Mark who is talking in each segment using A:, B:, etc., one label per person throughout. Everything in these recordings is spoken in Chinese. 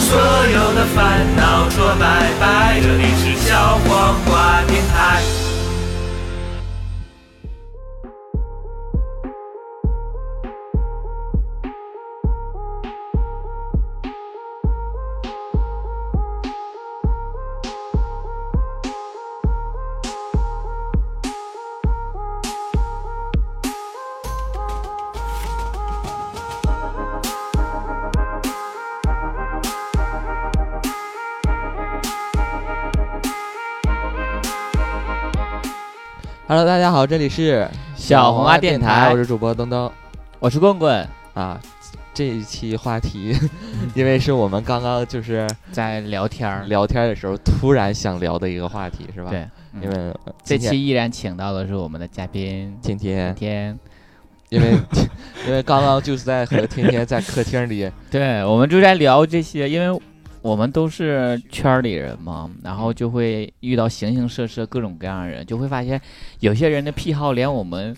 A: 所有的烦恼说拜拜，这里是小黄瓜电台。
B: Hello，大家好，这里是
C: 小红花电台
B: 我是主播登登
C: 我是棍棍，
B: 啊。这一期话题， 因为是我们刚刚就是
C: 在聊天儿。
B: 聊天的时候突然想聊的一个话题，是吧？，
C: 嗯对，嗯
B: 因为今
C: 这
B: 天
C: 期依然请到的是我们的嘉宾
B: 天
C: 天
B: 天，
C: 天。
B: 因 为因为刚刚就是在和天天在客厅里，
C: 对，我们就在聊这些，因为我们都是圈儿里人嘛，然后就会遇到形形色色、各种各样的人，就会发现有些人的癖好连我们。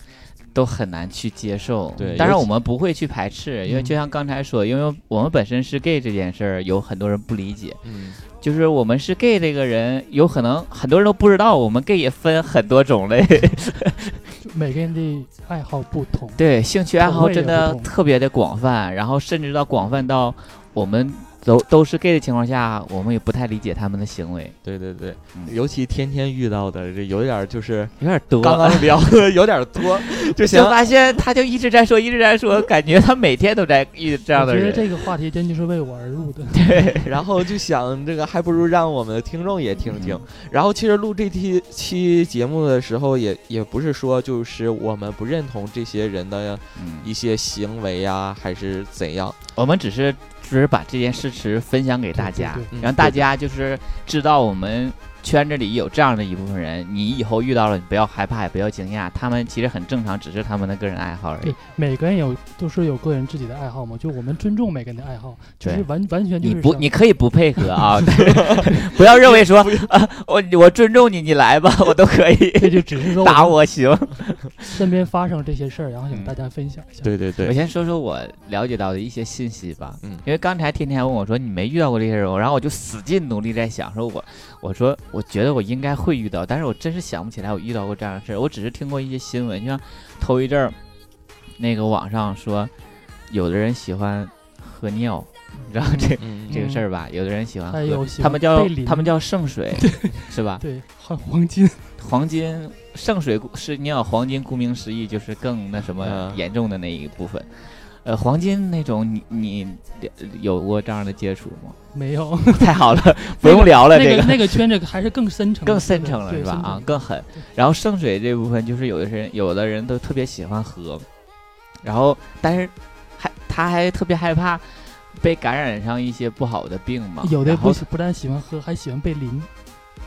C: 都很难去接受，
B: 对
C: 当然
B: 尤其嗯
C: 我们不会去排斥，因为就像刚才说，因为我们本身是 gay 这件事儿，有很多人不理解，
B: 嗯，
C: 就是我们是 gay 这个人，有可能很多人都不知道，我们 gay 也分很多种类，
D: 就每个人的爱好不同，
C: 对，兴趣爱
D: 口
C: 好
D: 味
C: 真
D: 也
C: 的
D: 不同
C: 特别的广泛，然后甚至到广泛到我们都都是 gay 的情况下，我们也不太理解他们的行为，
B: 对对对，
C: 嗯
B: 尤其天天遇到的这有点儿就是
C: 有点多。
B: 刚刚聊的有点儿 多，就
C: 就
B: 想
C: 发现他就一直在说，一直在说，感觉他每天都在遇这样
D: 我
C: 的
D: 觉得
C: 人。
D: 这个话题真就是为我而录的。
B: 然后就想这个还不如让我们的听众也听听
C: 嗯。
B: 然后其实录这期期节目的时候也，也不是说就是我们不认同这些人的
C: 嗯，
B: 一些行为啊，还是怎样。
C: 我们只是只是把这件事实分享给大家
D: 对对
B: 对，嗯
C: 让大家就是知道我们圈子里有这样的一部分人，你以后遇到了，你不要害怕，也不要惊讶，他们其实很正常，只是他们的个人爱好而已
D: 对。，每个人有都是有个人自己的爱好嘛，就我们尊重每个人的爱好，就是
C: 对
D: 完完全就
C: 你
D: 是
C: 不，
D: 想
C: 你可以不配合啊， 不要认为 说啊，我我尊重你，你来吧，我都可
D: 这
C: 以，
D: 就只是说
C: 打
D: 我
C: 我行。
D: 们身边发生这些事儿，然后想
C: 嗯
D: 大家分享一下。
B: 对对
C: 我
B: 对，
C: 先说说我了解到的一些信息吧，
B: 嗯
C: 因为刚才天天还问我说你没遇到过这些人吗，然后我就使劲努力在想，说我我说我觉得我应该会遇到，但是我真是想不起来我遇到过这样的事儿，我只是听过一些新闻，就像头一阵儿那个网上说，有的人喜欢喝尿，你知道这、
B: 嗯，
C: 这个事儿吧？有的人喜欢喝，
D: 还有喜欢
C: 他们叫
D: 被淋
C: 他们叫圣水，是吧？
D: 对， 换黄金，
C: 黄金圣水顾是尿，黄金顾名思义就是更那什么
B: 嗯
C: 严重的那一部分。呃，黄金那种你你呃有过这样的接触吗？
D: 没有
C: 太好了，不用聊了，这
D: 那个那个圈子还是更深层的，
C: 更深层了
D: 对
C: 是吧？啊，，更狠
D: 对。
C: 然后圣水这部分就是有的人有的人都特别喜欢喝，然后但是还他还特别害怕被感染上一些不好的病嘛
D: 深。层有的
C: 啊然后
D: 不喜不但喜欢喝，还喜欢被淋。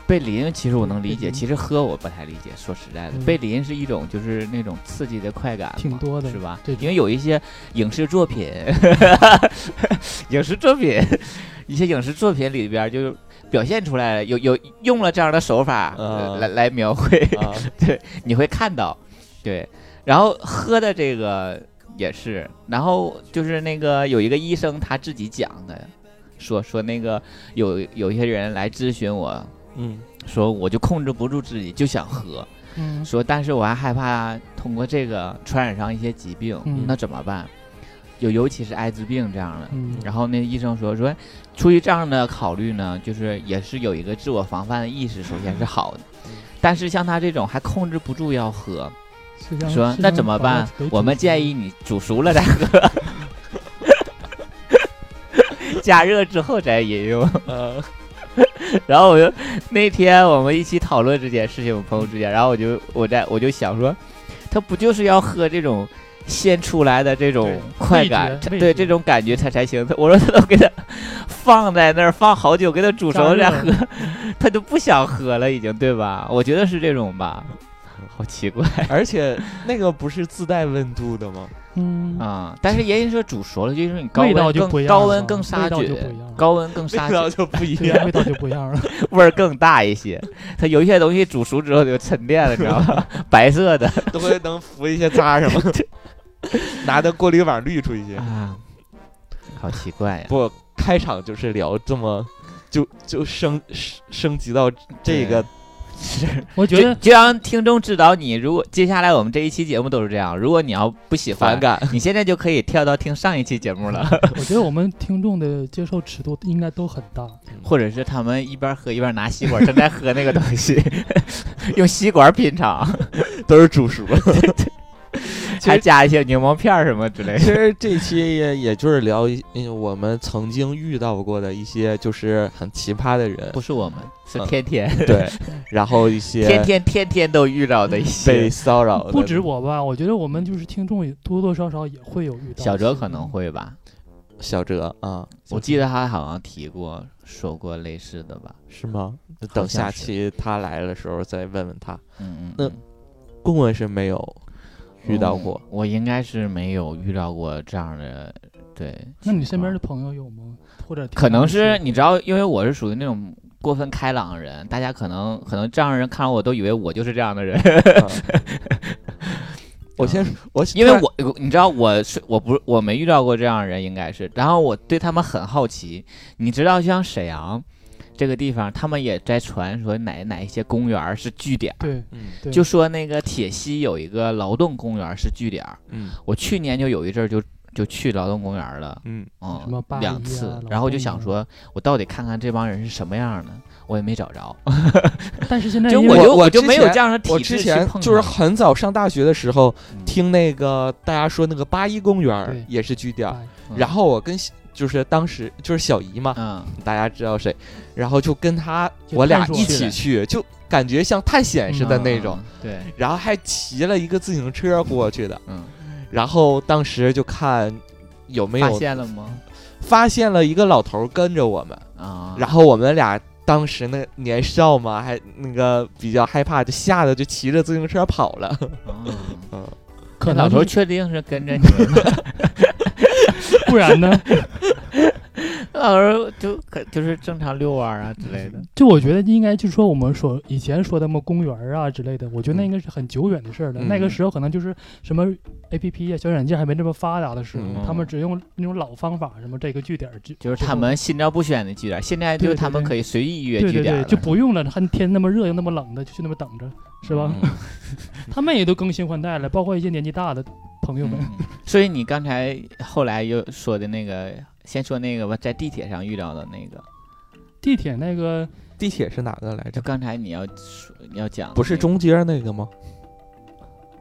C: 被淋其实我能理
D: 被
C: 解，
D: 淋
C: 其实喝我不太理解。说实在的，
D: 嗯
C: 被淋是一种就是那种刺激的快感嘛，
D: 挺多的
C: 是吧？
D: 对
C: 因为有一些影视作品， 影视作品， 一些影视作品里边儿就表现出来了，有有用了这样的手法、
B: 呃
C: 来来描绘，
B: 啊，
C: 你会看到，对。然后喝的这个也是，然后就是那个有一个医生他自己讲的，说说那个有有一些人来咨询我，
B: 嗯，
C: 说我就控制不住自己，就想喝。
D: 嗯，
C: 说，但是我还害怕通过这个传染上一些疾病，
D: 嗯
C: 那怎么办？就尤其是艾滋病这样的。
D: 嗯
C: 然后那医生说说，出于这样的考虑呢，就是也是有一个自我防范的意识，首先是好的。
D: 嗯
C: 但是像他这种还控制不住要喝，
D: 是让
C: 说
D: 是
C: 那
D: 让
C: 怎么
D: 把它
C: 办
D: 给？
C: 我们
D: 煮熟
C: 建议你煮熟了再喝， 加热之后再饮用。
B: 呃，
C: 然后我就那天我们一起讨论这件事情，我朋友之间，然后我就我在我就想说，他不就是要喝这种先出来的这种
D: 对
C: 快
D: 味
C: 感，
D: 觉
C: 这
D: 味
C: 对
D: 觉
C: 这种感觉他才行。他我说他都给他放在那儿放好久，给他煮熟
D: 加
C: 了再
D: 热
C: 喝，他就不想喝了，已经对吧？我觉得是这种吧，好奇怪
B: 而且那个不是自带温度的吗？
D: 嗯，
C: 啊、但是人家说煮熟了，就是你高
D: 味道
C: 温
D: 就不一
C: 更
D: 样
C: 高
D: 了
C: 温
D: 嘛
C: 更杀
D: 味道就
C: 菌
D: 不一样了，
C: 高温更杀
B: 味
C: 菌
B: 道。啊就不一
D: 对
B: 样。
D: 味道就不一样了。
C: 味儿更大一些。它有一些东西煮熟之后就沉淀了，你知道 吗？白色的
B: 都会能浮一些渣什 么，拿的过滤网滤出一些。
C: 啊，好奇怪呀、
B: 不，开场就是聊这么，就就升升升级到这个，
D: 我觉
C: 就
D: 得
C: 就让听众指导你。如果接下来我们这一期节目都是这样，如果你要不喜欢
B: 反，感。
C: 你现在就可以跳到听上一期节目 了，
D: 我觉得我们听众的接受尺度应该都很大。
C: 或者是他们一边喝一边拿吸管正在喝那个东 西，用吸管品尝，
B: 都是煮熟。其
C: 还
B: 实
C: 加一些柠檬片儿什么 之类
B: 其
C: 的。
B: 实这期也也就是聊一嗯我们曾经遇到过的一些就是很奇葩的人，
C: 不是我们，是
B: 嗯
C: 天天、
B: 对，然后一些
C: 天天天天都遇到的一
B: 被
C: 些。
B: 骚扰的，
D: 不止我吧，我觉得我们就是听众也多多少少也会有遇到。
C: 小哲可能，会吧，
B: 小哲啊、
C: 我记得他好像提过说过类似的吧。
B: 是吗？那
C: 好
B: 等
C: 像
B: 下
C: 是
B: 期他来的时候再问问他。
C: 嗯嗯
B: 那
C: 嗯。
B: 棍棍是 没有遇到过，
C: 嗯我应该是没有遇到过这样的，对。
D: 那你
C: 情
D: 身边
C: 况
D: 的朋友有吗？或者听
C: 可能
D: 到
C: 是
D: 一些
C: 你知道，因为我是属于那种过分开朗的人，大家可能可能这样的人看我都以为我就是这样的人，
B: 啊 我先我
C: 因为我你知道我是我不我没遇到过这样的人，应该是。然后我对他们很好奇，你知道，像沈阳这个地方，他们也在传说哪哪一些公园儿是据点儿。
D: 对
B: 嗯
D: 对，
C: 就说那个铁西有一个劳动公园儿是据点儿，
B: 嗯
C: 我去年就有一阵儿就就去劳动公园儿了，
B: 嗯
C: 嗯，
D: 什么巴
C: 两
D: 黎
C: 次，
D: 啊
C: 然后就
D: 劳动
C: 想
D: 啊
C: 说，我到底看看这帮人是什么样的，我也没找着，
D: 但是现在
C: 就
D: 因
B: 我
D: 为
C: 就
B: 我
C: 就
B: 之
C: 没有
B: 前
C: 这样的
B: 我
C: 体
B: 之
C: 质去
B: 前
C: 碰
B: 就是
C: 它
B: 很早上大学的时候
C: 嗯
B: 听那个大家说那个八一公园儿
D: 对
B: 也是据点儿，
D: 哎
C: 嗯
B: 然后我跟小就是当时就是小姨嘛，
C: 嗯，
B: 大家知道谁，然后就跟她
D: 就
B: 我俩
D: 探索
B: 一起去，就感觉像探险似的
D: 嗯
B: 那种，
C: 嗯，对，
B: 然后还骑了一个自行车过去的，
C: 嗯，
B: 然后当时就看有没
C: 发
B: 有
C: 现了吗？
B: 发现了一个老头儿跟着我们，
C: 啊，
B: 然后我们俩当时那年少嘛，还那个比较害怕，就吓得就骑着自行车跑了。
C: 嗯
B: 嗯，
D: 可
C: 那老
D: 能
C: 头
D: 就
C: 儿
D: 是
C: 确定是跟着 你们 吗，
D: 不然呢？
C: 老头儿就可就是正常遛弯儿啊之类的，
D: 就我觉得应该就是说我们所以前说的什么公园儿啊之类的，我觉得那应该是很久远的事儿了。
B: 嗯
D: 那个时候可能就是什么 A P P 啊、小软件还没这么发达的时候，
B: 嗯
D: 他们只用那种老方法，什么这个据点儿之，
C: 就是
D: 之
C: 他
D: 后
C: 们心照不宣的据点儿，现在就
D: 对
C: 是
D: 对
C: 他们
D: 对
C: 可以随意约
D: 对
C: 据
D: 对
C: 点儿
D: 对，
C: 了，
D: 就不用了，还天那么热又那么冷的，就去那么等着，是吧？
C: 嗯
D: 他们也都更新换代了，包括一些年纪大的朋友们。
C: 嗯所以你刚才后来又说的那个，先说那个吧，在地铁上遇到的那个，
D: 地铁那个
B: 地铁是哪个来
C: 就
B: 着？
C: 刚才你要说你要讲的
B: 不是
C: 那个
B: 中街那个吗？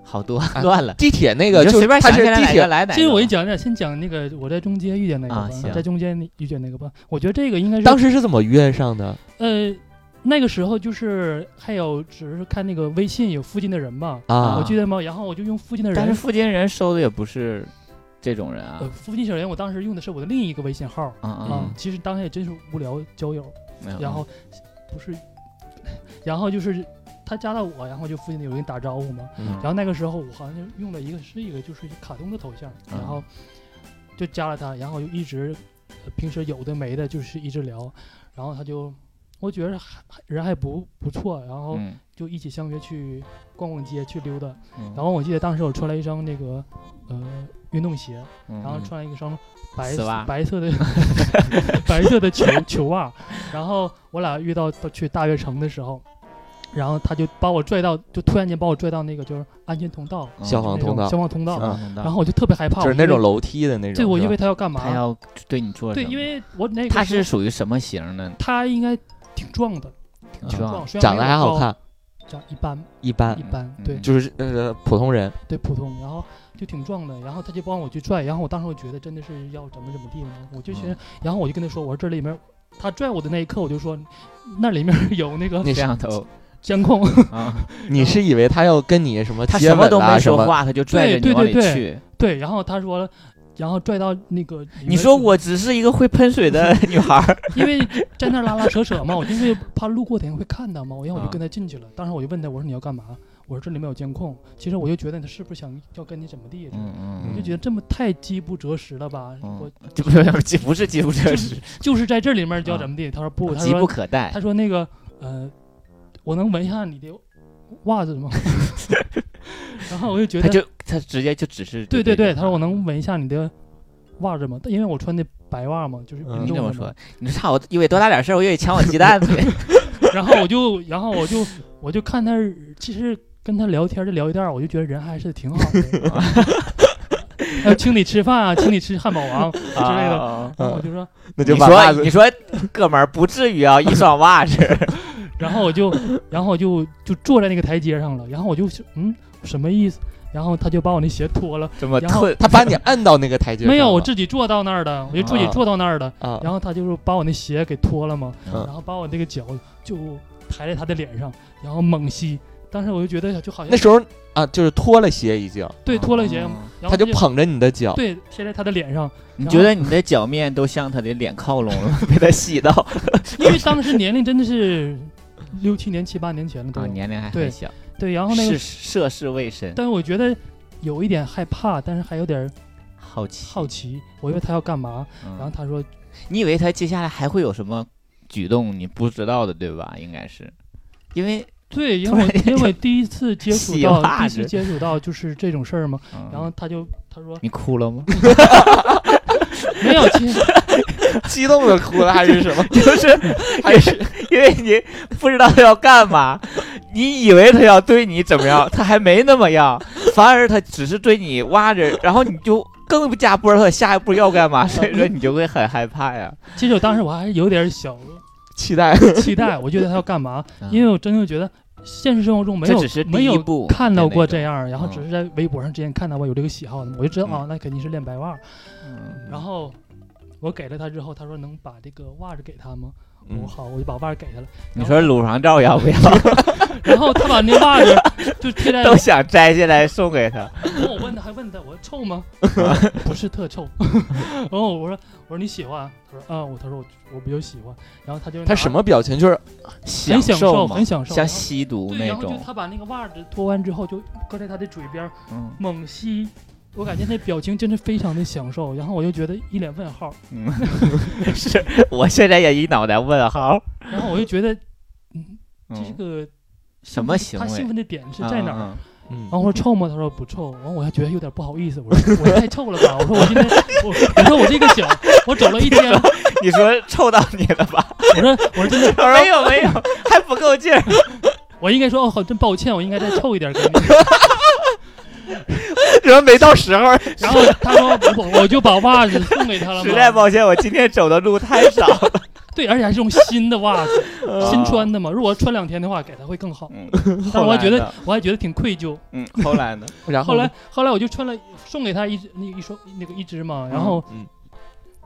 C: 好多 乱了，
B: 地铁 那个
C: 你
B: 就
C: 随便
B: 它
C: 想
B: 是
C: 起来
B: 地
C: 哪个
B: 铁，
C: 来哪个。
D: 这个我一，讲讲，先讲那个我在中间遇见那个吧，
C: 啊行
D: 在中间遇见那个吧，我觉得这个应该是
B: 当时是怎么约上的？
D: 呃，那个时候就是还有只是看那个微信有附近的人吧，
B: 啊
D: 我记得吗？然后我就用附近的
C: 但
D: 人
C: 是，附近人收的也不是这种人啊
D: 呃，，附近小人，我当时用的是我的另一个微信号
C: 嗯
D: 啊、
C: 嗯
D: 其实当时也真是无聊交友，
C: 没有，嗯
D: 然后不是， 然后就是他加到我，然后就附近有人打招呼嘛，
C: 嗯
D: 然后那个时候我好像就用了一个是一个就是卡通的头像，
C: 嗯
D: 然后就加了他，然后就一直呃平时有的没的，就是一直聊，然后他就我觉得还人还不不错，然后
C: 嗯
D: 就一起相约去逛逛街去溜达，
C: 嗯
D: 然后我记得当时我穿了一双那个呃运动鞋，
C: 嗯
D: 然后
C: 嗯
D: 穿了一双白
C: 丝袜
D: 白色的 白色的球球袜，然后我俩遇到到去大悦城的时候，然后他就把我拽到，就突然间把我拽到那个就是安全通道，
C: 嗯
B: 消防
D: 那种
B: 通道
D: 消防通道，
B: 嗯
D: 然后我就特别害怕，
B: 就
D: 我
B: 是那
D: 因为
B: 种楼梯的那种。
D: 对我
B: 是
D: 因
B: 吧
D: 为他要干
C: 他
D: 嘛？
C: 要对你做什
D: 对，
C: 么
D: 因为我那个
C: 他
D: 时候嗯
C: 是属于什么型的？
D: 他应该挺壮的，
C: 挺
D: 挺
C: 壮
D: 壮，，虽然
B: 长
D: 没
B: 得
D: 有
B: 还好
D: 高，
B: 看，
D: 长一般
B: 一般
D: 一般
C: 嗯，
D: 对
C: 嗯
B: 就是呃普通人。
D: 对普通，然后就挺壮的，然后他就帮我去拽，然后我当时我觉得真的是要怎么怎么地呢，我就觉得，
C: 嗯
D: 然后我就跟他说，我说这里面，他拽我的那一刻，我就说那里面有那个
B: 你
C: 摄像 头
D: 监控，
C: 啊，
B: 你是以为他要跟你什么
C: 他
B: 接
C: 什么
B: 吻
C: 都
B: 啊
C: 没
B: 什
C: 说
B: 么？
C: 话，他就拽着
D: 对
C: 你往里
D: 对对
C: 去。
D: 对，然后他说了，然后拽到那个里面去，
C: 你说我只是一个会喷水的 女孩儿，
D: 因为在那拉拉扯扯嘛，我因为怕路过的人会看到嘛，我然后我
C: 啊
D: 就跟他进去了，当时我就问他，我说你要干嘛？我说这里面有监控，其实我就觉得他是不是想要跟你怎么地，
C: 嗯
D: 我就觉得这么太饥不择食了吧，
C: 嗯
D: 我
C: 这不是不是吉普车
D: 就是是就是在这里面就要
C: 啊
D: 怎么地，他说不，他
C: 急
D: 说
C: 不可待
D: 他。说那个呃，我能闻一下你的 袜子吗？然后我就觉
C: 他
D: 得，
C: 就他直接就只是
D: 对
C: 对啊嗯
D: 对对，他说我能闻一下你的袜子嘛，因为我穿的白袜嘛，就是
B: 嗯
D: 运
C: 你怎
D: 动的
C: 么
D: 嘛
C: 说？你说差我以为多大点事儿，我以为抢我鸡蛋去。
D: 然后我就， 然后我就，我就看他，其实跟他聊天儿就聊一段儿，我就觉得人还是挺好的。还有请你吃饭啊，请你吃汉堡王，之类的
C: 的。
D: 然后我就说，
B: 那就
C: 你
B: 把袜
C: 说，
B: 子
C: 你说，哥们儿不至于啊，一双袜子。
D: 然后我就，然后我就就坐在那个台阶上了，然后我就想嗯什么意思？然后他就把我那鞋脱了，
C: 这么
D: 然后
C: 退，
B: 他把你按到那个台阶上了，
D: 没有，我自己坐到那儿的，我就自己
B: 啊
D: 坐到那儿的，
B: 啊，
D: 然后他就是把我那鞋给脱了嘛，
B: 嗯
D: 然后把我那个脚就抬在他的脸上，然后猛吸。当时我就觉得就好像
B: 那时候啊，就是脱了鞋已经，
D: 对脱了鞋，
C: 哦
D: 然
B: 他
D: 后
B: 就捧着你的脚，
D: 对贴在他的脸上，
C: 你觉得你的脚面都向他的脸靠拢 了吗，被他吸到
D: 因为当时年龄真的是六七年、七八年前了都
C: 啊，
D: 有。
C: 年龄还
D: 对
C: 很小，
D: 对，然后那
C: 是
D: 个，
C: 涉世未深，
D: 但是我觉得有一点害怕，但是还有点儿
C: 好奇
D: 好奇，我以为他要干嘛，
C: 嗯
D: 然后他说
C: 你以为他接下来还会有什么举动你不知道的，对吧？应该是，因为
D: 对，因
C: 突然
D: 为我
C: 间
D: 因为第一次接触
C: 洗
D: 到
C: 袜
D: 第一
C: 子
D: 次接触到就是这种事儿嘛，
C: 嗯
D: 然后他就他说
C: 你哭 了吗？
D: 没有，其实
B: 激动的哭了还是什么？
C: 就是还是因为你不知道他要干嘛，你以为他要对你怎么样，他还没那么样，反而他只是对你挖着，然后你就更加不知道他下一步要干嘛，所以说你就会很害怕呀。
D: 其实我当时我还是有点小
B: 期待
D: 期待，我觉得他要 干嘛，
C: 嗯
D: 因为我真的觉得现实生活中没
C: 这
D: 有
C: 只是
D: 没
C: 第一
D: 有
C: 步，
D: 看到过
C: 就
D: 这
C: 那种。
D: 样儿，然后只是在微博上之前看到过有这个喜好的，我就知道
C: 嗯
D: 啊，那肯定是练白袜儿。
C: 嗯
D: 然后我给了他之后，他说能把这个袜子给他吗？我
B: 嗯
D: 说好，我就把袜子给他了。
C: 你说乳房照要不 要？
D: 然后他把那袜子就贴 在，
C: 都想摘下来送给他。
D: 然后我问他，还问他我说 臭吗？不是特臭。 然后我说我说你喜欢？他说啊，我他说我我比较喜欢。然后他就
B: 他什么表情？就是
D: 拿？
C: 享
D: 很享受，
C: 嘛
D: 很享受。
C: 像
D: 然后
C: 吸毒
D: 对，
C: 那
D: 然后就
C: 种。
D: 他把那个袜子脱完之后，就搁在他的嘴边儿
C: 嗯
D: 猛吸。我感觉那表情真是非常的享受，然后我就觉得一脸问号，
C: 嗯，是我现在也一脑袋问号。
D: 然后我就觉得这
C: 嗯，
D: 个
C: 什么行
D: 兴奋
C: 为？
D: 他兴奋的点是在哪儿？
C: 嗯？
B: 嗯
D: 然后我说臭吗？他说不臭。然后我还觉得有点不好意思，我说我太臭了吧？我说我今天我我说我这个脚我走了一天，我
C: 嗯你说臭到你了 吧？
D: 说我说真的，
C: 我说没有没有，还哎不够劲儿。
D: 我应该说哦好真抱歉，我应该再臭一点给你。
C: 你说没到时候，
D: 然后他说我我就把袜子送给他了嘛，
C: 实在抱歉，我今天走的路太少了。
D: 对，而且还是用新的 袜子，新穿的嘛。如果穿两天的话，给他会更好。
C: 嗯。
D: 但
C: 后
D: 我还
C: 来
D: 觉得
C: 呢，
D: 我还觉得挺愧疚。
C: 嗯，后来呢？
B: 然
D: 后
B: 后呢
D: 来后来我就穿了送给他一只那一双那个一只嘛，然
C: 嗯
D: 后
B: 嗯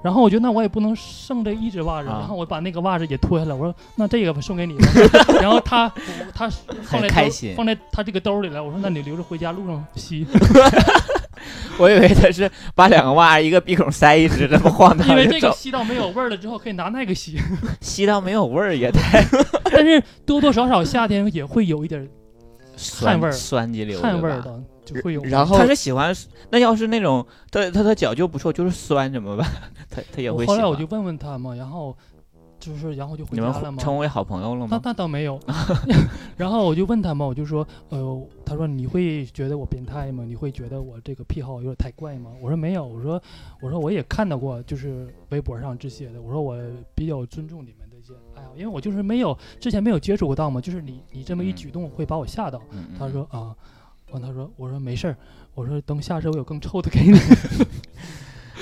D: 然后我觉得那我也不能剩这一只袜子，
C: 啊
D: 然后我把那个袜子也脱下来，我说那这个吧送 给你吧。然后他我他放在
C: 开
D: 兜
C: 心
D: 放在他这个兜里了，我说那你留着回家路上 吸，
C: 我以为他是把两个袜儿一个鼻孔塞一只，这么晃
D: 因
C: 荡
D: 为
C: 就
D: 这个
C: 走，
D: 吸到没有味儿了之后可以拿那个吸，
C: 吸到没有味儿也太
D: 但是多多少少夏天也会有一 点 汗
C: 酸
D: 味儿
C: 酸激流，
D: 汗
C: 对
D: 味
C: 吧
D: 儿的，就会有。
B: 然后
C: 他是喜欢，那要是那种他他他脚就不臭，就是酸怎么办？ 他他也
D: 我
C: 会喜
D: 后
C: 欢。
D: 来我就问问他嘛，然后就是然后就回
C: 你
D: 家
C: 们
D: 了嘛。
C: 成为好朋友了
D: 那
C: 吗？
D: 那倒 没有，然后我就问他嘛，我就说，呃，他说你会觉得我变态吗？你会觉得我这个癖好有点太怪吗？我说没有，我说我说我也看到过，就是微博上这些的，我说我比较尊重你们的一些爱好，因为我就是没有之前没有接触过到嘛，就是你你这么一
C: 嗯
D: 举动会把我吓到。
C: 嗯嗯
D: 他
C: 嗯
D: 说啊，完他说我说没事儿，我说等下次我有更臭的给你。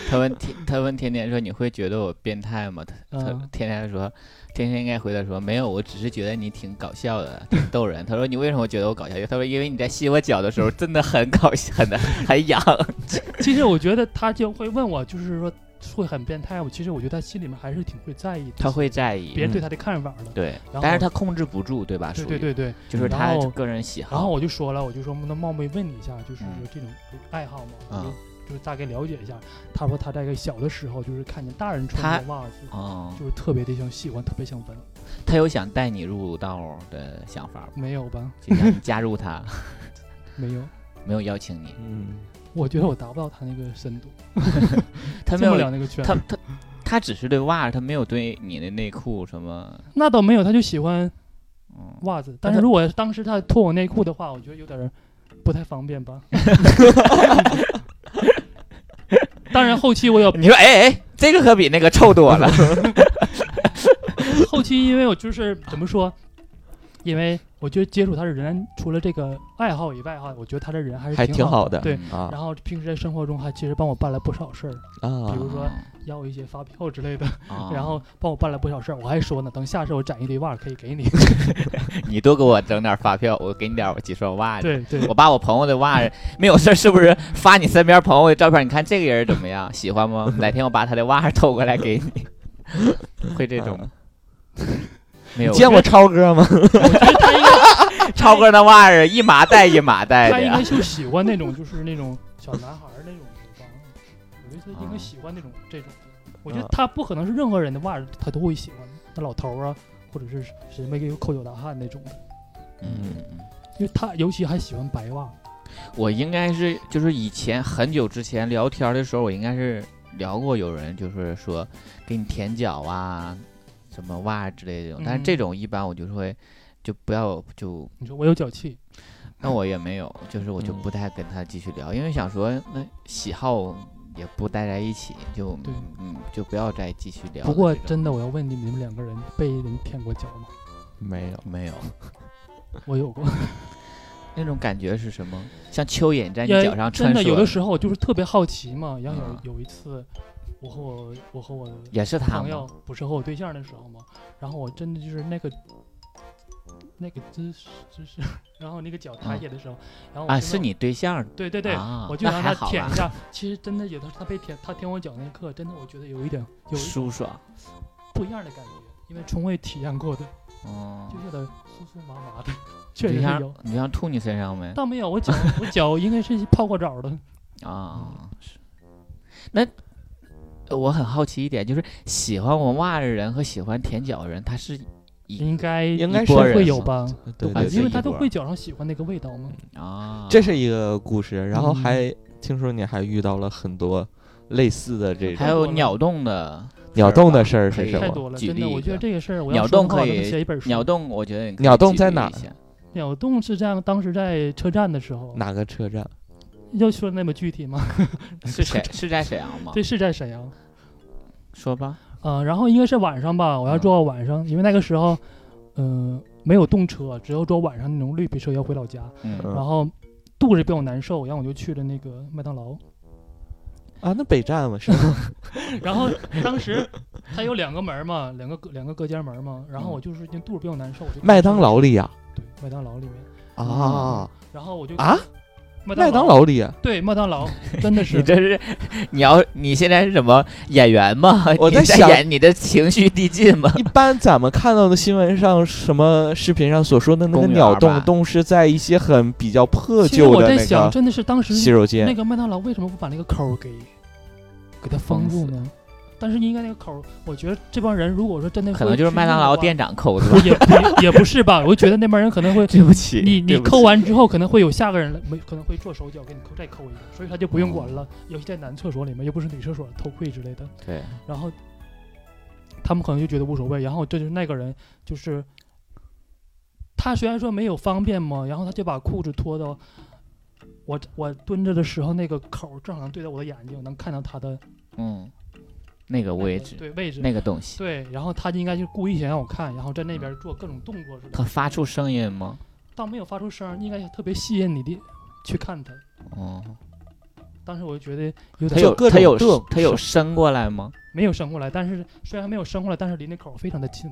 C: 他问天 他问天天说你会觉得我变态吗？他他
D: 嗯
C: 天天说天天应该回答说没有，我只是觉得你挺搞笑的，挺逗人。他说你为什么觉得我搞笑？他说因为你在吸我脚的时候真的 很搞笑，很很痒。
D: 其实我觉得他就会问我，就是说会很变态，我其实我觉得他心里面还是挺会在意
C: 他会在意
D: 别人对他的看法的。
C: 对，
D: 然
C: 但是
D: 后
C: 他控制不住，对吧？
D: 对
C: 属
D: 对
C: 于
D: 对对，
C: 就是
D: 然
C: 他
D: 后
C: 个人喜好。
D: 然后我就说了，我就说能冒昧问你一下，就是
C: 嗯
D: 说这种爱好吗？我就
C: 啊
D: 就是大概了解一下。他说他大概小的时候就是看见大人穿的袜子，
C: 哦，
D: 就是特别的想喜欢，特别想闻。
C: 他有想带你入道的想法吗？
D: 没有吧？
C: 就想你加入他，
D: 没有，
C: 没有邀请你，
B: 嗯，
D: 我觉得我达不到他那个深度，
C: 他没
D: 进不了
C: 有，
D: 那个圈。
C: 他他他只是对袜，他没有对你的内裤什么，
D: 那倒没有，他就喜欢
C: 嗯，
D: 袜子。但是如果当时他脱我内裤的话，我觉得有点儿不太方便吧。当然后期我有，
C: 你说，哎哎，这个可比那个臭多了。
D: 后期因为我就是怎么说，因为我觉得接触他的人，除了这个爱好以外哈，我觉得他这人还是
B: 还
D: 挺
B: 挺
D: 好
B: 好的，
D: 对
B: 啊
D: 然后平时在生活中还其实帮我办了不少事儿，
B: 啊
D: 比，如说要我一些发票之类的，
C: 啊
D: 然后帮我办了不少事儿。我还说呢，等下次我攒一堆袜儿可以给你。
C: 你多给我整点发票，我给你点儿几双袜子。
D: 对对，
C: 我把我朋友的袜子没有事儿，是不是发你身边朋友的照片？你看这个人怎么样？喜欢吗？哪天我把他的袜子 偷过来给你，会这种吗？
D: 嗯
C: 没有，
B: 你见过超哥吗？
C: 超哥那袜子一麻袋一麻袋
D: 他
C: 的
D: 应
C: 呀
D: 该，就喜欢那种就是那种小男孩儿那种吧，我觉得他应该喜欢那种这种。我觉得他不可能是任何人的袜儿他都会喜欢，那老头儿啊，或者是什么一个抠脚大汉那种的，
C: 嗯。
D: 因为他尤其还喜欢白袜。
C: 我应该是就是以前很久之前聊天的时候，我应该是聊过有人就是说给你舔脚啊，什么袜之类的这种，但是
D: 嗯
C: 这种一般我就是会就不要就，
D: 你说我有脚气，
C: 那我也没有，
D: 嗯
C: 就是我就不太跟他继续聊，因为想说那喜好也不待在一起，就
D: 对
C: 嗯就不要再继续聊了这种。
D: 不过真的我要问你们，你们两个人被人舔过脚吗？
B: 没有，
C: 没有
D: 我有过，
C: 那种感觉是什么？像蚯蚓在你
D: 也
C: 脚上穿
D: 真的有
C: 梭
D: 的，时候我就是特别好奇嘛，然后
C: 啊
D: 有有一次，我和我我和我
C: 也是他
D: 朋友
C: 吗？
D: 不是和我对象的时候嘛，然后我真的就是那个那个姿势姿势， 然后那个脚踏下的时候，然后我
C: 嗯啊，
D: 真的
C: 是你对象
D: 对对对，
C: 啊
D: 我就
C: 那
D: 让
C: 还
D: 他
C: 好
D: 舔
C: 吧
D: 一下。其实真的有的时候他被舔，他舔我脚那一刻，真的我觉得有一点有一
C: 舒爽，
D: 不一样的感觉，因为从未体验过的，
C: 嗯
D: 就。有点酥酥麻麻的，确
C: 你
D: 实是
C: 想
D: 有。
C: 你想吐你身上没？
D: 倒没有，我脚我脚应该是泡过 澡的，
C: 啊，是。那呃我很好奇一点，就是喜欢闻袜的人和喜欢舔脚的人，他是
D: 应该
B: 应该
C: 一
B: 是
D: 都
C: 拨人
D: 会有
C: 吗
D: 吧？
B: 对
D: 啊
B: 对，
D: 因为
B: 对
D: 他都会脚上喜欢那个味道嘛。
C: 啊，
B: 这是一个故事，然后
D: 嗯
B: 还听说你还遇到了很多类似的这
C: 还
B: 种
C: 有鸟洞的
B: 鸟洞的事
C: 儿
B: 儿
C: 吧可
B: 是
C: 以
B: 什
D: 太
B: 么？
D: 多了，
C: 举
D: 真的，
C: 例
D: 我
C: 一
D: 觉得
C: 个
D: 这个事儿，我
C: 鸟
D: 要说
C: 洞
D: 的话
C: 可
D: 我能
C: 以
D: 写一本书。
C: 鸟洞，我觉得你可以
B: 鸟洞
C: 举
B: 在
C: 例
B: 哪
C: 一下
D: 鸟洞是这样，当时在车站的时候，
B: 哪个车站？
D: 要说那么具体吗？
C: 是谁？是在沈
B: 啊
C: 阳吗？
D: 对，是在沈阳，
C: 说吧。
D: 嗯、然后应该是晚上吧，
B: 嗯
D: 我要坐晚上，因为那个时候，嗯、没有动车，只有坐晚上那种绿皮车要回老家，
C: 嗯，
B: 嗯
D: 然后肚子比较难受，然后我就去了那个麦当 劳，
B: 啊，那北站嘛是吗？
D: 然后当时它有两个门嘛，两个隔两个隔间门嘛，然后我就是因为肚子比较难受，我就
B: 嗯麦当劳里啊呀
D: 对麦当劳里面，
B: 啊
D: 然后我就
B: 啊，
D: 麦
B: 麦当
D: 当
B: 劳里呀，啊
D: 对麦当劳 真的
C: 你
D: 是
C: 这是你要你现在是什么演员吗？
B: 我
C: 你
B: 在想
C: 演你的情绪递进吗？
B: 一般咱们看到的新闻上、什么视频上所说的那
C: 公
B: 个
C: 园
B: 鸟
C: 吧
B: 洞，洞是在一些很比较破
D: 其实
B: 旧
D: 我
B: 的
D: 在
B: 那
D: 想，
B: 个
D: 真的是当时
B: 洗手间
D: 那个麦当劳为什么不把那个口儿给给它封住呢？但是应该那个口儿，我觉得这帮人如果说真的
C: 可能就是麦当劳店
D: 店，
C: 长抠的吧。，
D: 也也也不是吧？我就觉得那帮人可能会
C: 对不起，
D: 你你
C: 对不
D: 抠
C: 起
D: 完之后可能会有下个人来，没可能会做手脚给你抠再抠一个，所以他就不用管
C: 哦
D: 了。尤其在男厕所里面，又不是女厕所偷窥之类的，
C: 对，
D: 然后他们可能就觉得无所谓。然后这就是那个人，就是他虽然说没有方便嘛，然后他就把裤子脱到我我蹲着的时候，那个口儿正好对着我的眼睛，能看到他的
C: 嗯，那个
D: 那个
C: 位置，
D: 对位置，
C: 那个东西，
D: 对。然后他应该就故意想让我看，然后在那
C: 嗯
D: 边做各种动作似
C: 它
D: 的，
C: 发出声音吗？
D: 倒没有发出声儿，应该特别吸引你的去看他。
C: 哦，
D: 当时我就觉得有
C: 它
D: 点
C: 有
B: 各
C: 它
B: 种
C: 有
B: 动
C: 它有伸过来吗？
D: 没有伸过来，但是虽然没有伸过来，但是离那口儿非常的近，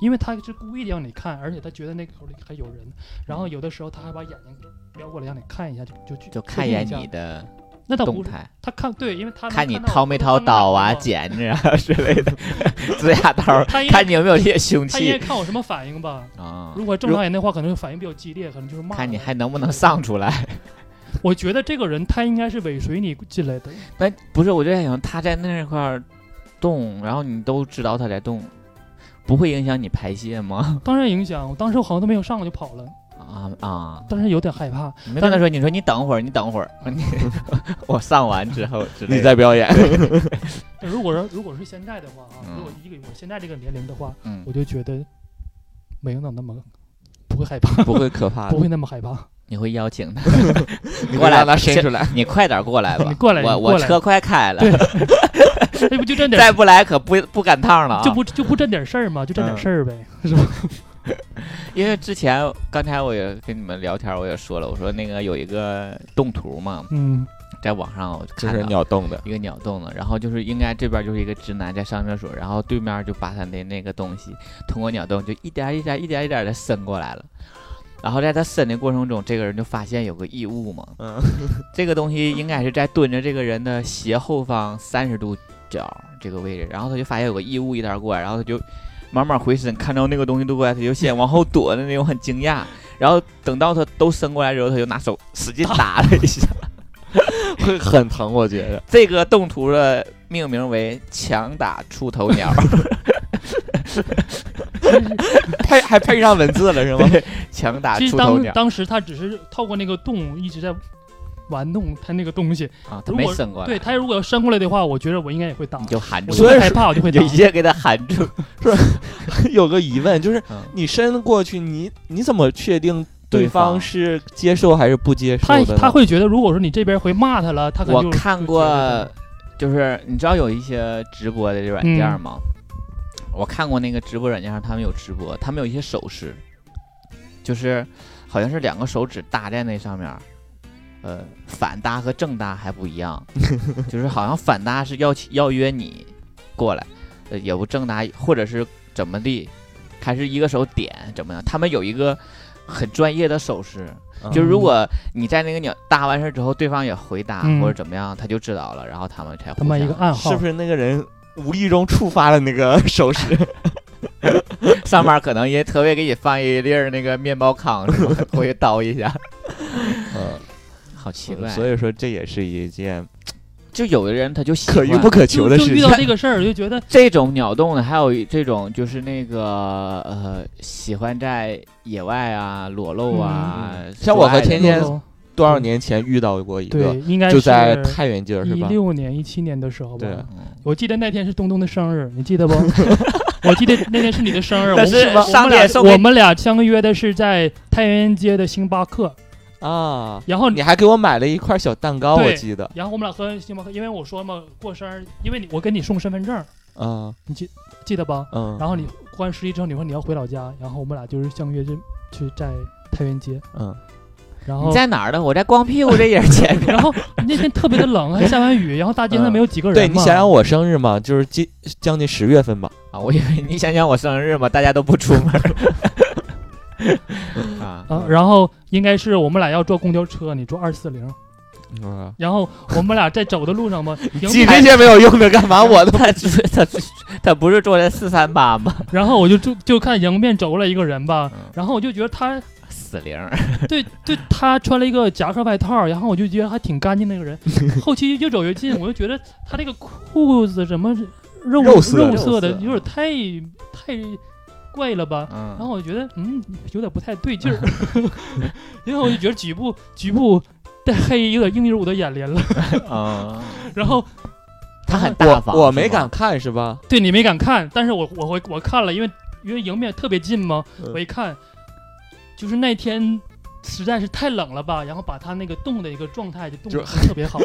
D: 因为他是故意让你看，而且他觉得那口儿里还有人，然后有的时候他还把眼睛撩过来让你看一下，就就就
C: 就看一眼
D: 下
C: 你的
D: 那倒
C: 动
D: 不是，
C: 态，
D: 他看对，因为他能
C: 看你
D: 到
C: 掏没掏刀啊、，剪子啊之类 的，指甲 刀，
D: 他应该
C: 看你有没有这些凶
D: 他应该
C: 器
D: 看我什么反应吧。
C: 啊
D: 如。果正常人的话，可能反应比较激烈，可能就是骂。
C: 看你还，能不能上出来？
D: 我觉得这个人他应该是尾随你进来的，
C: 那不是，我就在想，他在那块儿动，然后你都知道他在动，不会影响你排泄吗？
D: 当然影响。我当时我好像都没有上，我就跑了，
C: 啊啊！
D: 当时有点害怕。
C: 你没跟他说，你说你等会儿，你等会儿，你 我上完之后之类的，
B: 你在表演，
D: 但如果说如果是现在的话啊，
C: 嗯
D: 如果一个我现在这个年龄的话，
C: 嗯
D: 我就觉得没有那么不会害怕，
B: 不会可怕
D: 不
B: 的。
D: 会那么害怕。
C: 你会邀请他
B: 你
C: 过
B: 会
C: 来
B: 让他伸
C: 这
B: 出来，
C: 你快点过来吧，
D: 你过来
C: 我
D: 你过
C: 我
D: 来
C: 车快开了
D: 对，那哎不就这点
C: 再不来可不不赶趟了啊！
D: 就不就不沾点事儿嘛，就沾点
C: 嗯
D: 事儿呗，是吧？
C: 因为之前刚才我也跟你们聊天，我也说了，我说那个有一个动图嘛，
D: 嗯，
C: 在网上我
B: 就
C: 看
B: 是
C: 到
B: 鸟洞的。
C: 一个鸟洞的，然后就是应该这边就是一个直男在上厕所，然后对面就把他的那个东西通过鸟洞就一点儿一点儿一点儿一点儿的伸过来了。然后在他伸的过程中，这个人就发现有个异物嘛，
B: 嗯，
C: 这个东西应该是在蹲着这个人的斜后方三十度角这个位置，然后他就发现有个异物一点过来，然后他就慢慢回身，看到那个东西都过来，他就先往后躲的那种很惊讶，然后等到他都伸过来之后，他就拿手使劲打了一下。
B: 会很疼，我觉得。
C: 这个动图的命名为“强打出头鸟
B: 配还配上文字了是吗？”，
C: 强打
D: 其实
B: 啊
C: 出头
D: 当
C: 鸟
D: 当时他只是透过那个洞一直在玩弄他那个东西，
C: 啊，他没
D: 如果
C: 伸过来，
D: 对他如果要伸过来的话，我觉得我应该也会打
C: 你，就含
D: 我
C: 住
D: 就
B: 所
C: 了，
B: 以
D: 会害怕，我就会
C: 你
D: 打
C: 就。直接给他含住。
B: 有个疑问就是，
C: 嗯
B: 你伸过去，你你怎么确定对
C: 对
B: 方
C: 方
B: 是接受还是不接受
D: 他
B: 的呢？
D: 他会觉得，如果说你这边回骂他了，他可能
C: 我
D: 就
C: 看
D: 就
C: 过
D: 觉得，
C: 就是你知道有一些直播的软件吗？
D: 嗯
C: 我看过那个直播软件上，他们有直播，他们有一些手势，就是好像是两个手指搭在那上面儿，呃，反搭和正搭还不一 样，就是好像反搭是要要约你过来，呃，也不正搭或者是怎么地，还是一个手点怎么样？他们有一个很专业的手势，
B: 嗯
C: 就如果你在那个鸟搭完事儿之后，对方也回答、
D: 嗯
C: 或者怎么样，他就知道了，然后他们才
D: 他妈
C: 互
D: 一
C: 相
D: 个暗号
B: 是不是那个人无意中触发了那个手势？
C: 上面可能也特别给你放一粒儿那个面包糠什么的， 过去叨一 下，
B: 嗯，
C: 好奇怪。
B: 所以说这也是一件
C: 就有的人他就喜欢
B: 可遇不可求
D: 就
B: 的
D: 就
B: 事
D: 遇
B: 情
D: 到。这个事儿，我就觉得
C: 这种鸟洞的，还有一这种就是那个呃，喜欢在野外啊裸露啊，
B: 嗯像我和
C: 做爱的
B: 天 天
C: 那种
B: 多少年前遇到过一个
D: 哦对，，应该
B: 就在
D: 是
B: 太原街儿是
D: 一
B: 吧？
D: 六年、一七年的时候吧。
B: 对啊
C: 嗯
D: 我记得那天是东东的生日，你记得不？我记得那天是你的生日，我
C: 但
D: 们
C: 是
D: 我
C: 上
D: 们俩
C: 天送给
D: 我们俩相约的是在太原街的星巴克，
B: 啊，
D: 然后
B: 你还给我买了一块小蛋糕，
D: 对
B: 我记得
D: 然后我们俩喝星巴克，因为我说嘛过生日，因为你我给你送身份证，
B: 啊，
D: 记得吧？
B: 嗯，
D: 然后你过完十一之后，你说你要回老家，然后我们俩就是相约就去在太原街，
B: 嗯，
D: 然
C: 你
D: 后
C: 在哪儿呢？我在光屁股这也是 前面。
D: 然后那天特别的冷，啊还下完雨，然后大街上没有几个人
B: 嗯
D: 嘛。
B: 对你想想我生日嘛，就是今将近十月份吧，
C: 啊，我以为你想想我生日嘛，大家都不出门 儿啊
D: 啊，然后应该是我们俩要坐公交车，你坐二四零，
B: 嗯，
D: 然后我们俩在走的路上嘛，迎
B: 记
D: 面
B: 这些没有用的干嘛？我都
C: 他他他不是坐在四三八吗？
D: 然后我就就就看迎面走过来一个人吧
C: 嗯，
D: 然后我就觉得他
C: 死零儿，
D: 对对，他穿了一个夹克外套，然后我就觉得还挺干净那个 人，后期越走越近，我就觉得他这个裤子怎么肉
B: 肉色
D: 肉
B: 肉
D: 色的啊
B: 色
D: 有点太太怪了吧？
C: 嗯，
D: 然后我觉得嗯有点不太对 劲儿，然后我就觉得局部局部带黑有点映入我的眼帘了，
C: 嗯，
D: 然后
C: 他很大方，
B: 我我没
C: 是
B: 敢
C: 吧，
B: 看是吧？
D: 对你没敢看，但是我我我我看了，因为因为迎面特别近嘛
B: 嗯，
D: 我一看，就是那天实在是太冷了吧，然后把他那个冻的一个状态就冻
B: 就
D: 得 特别好，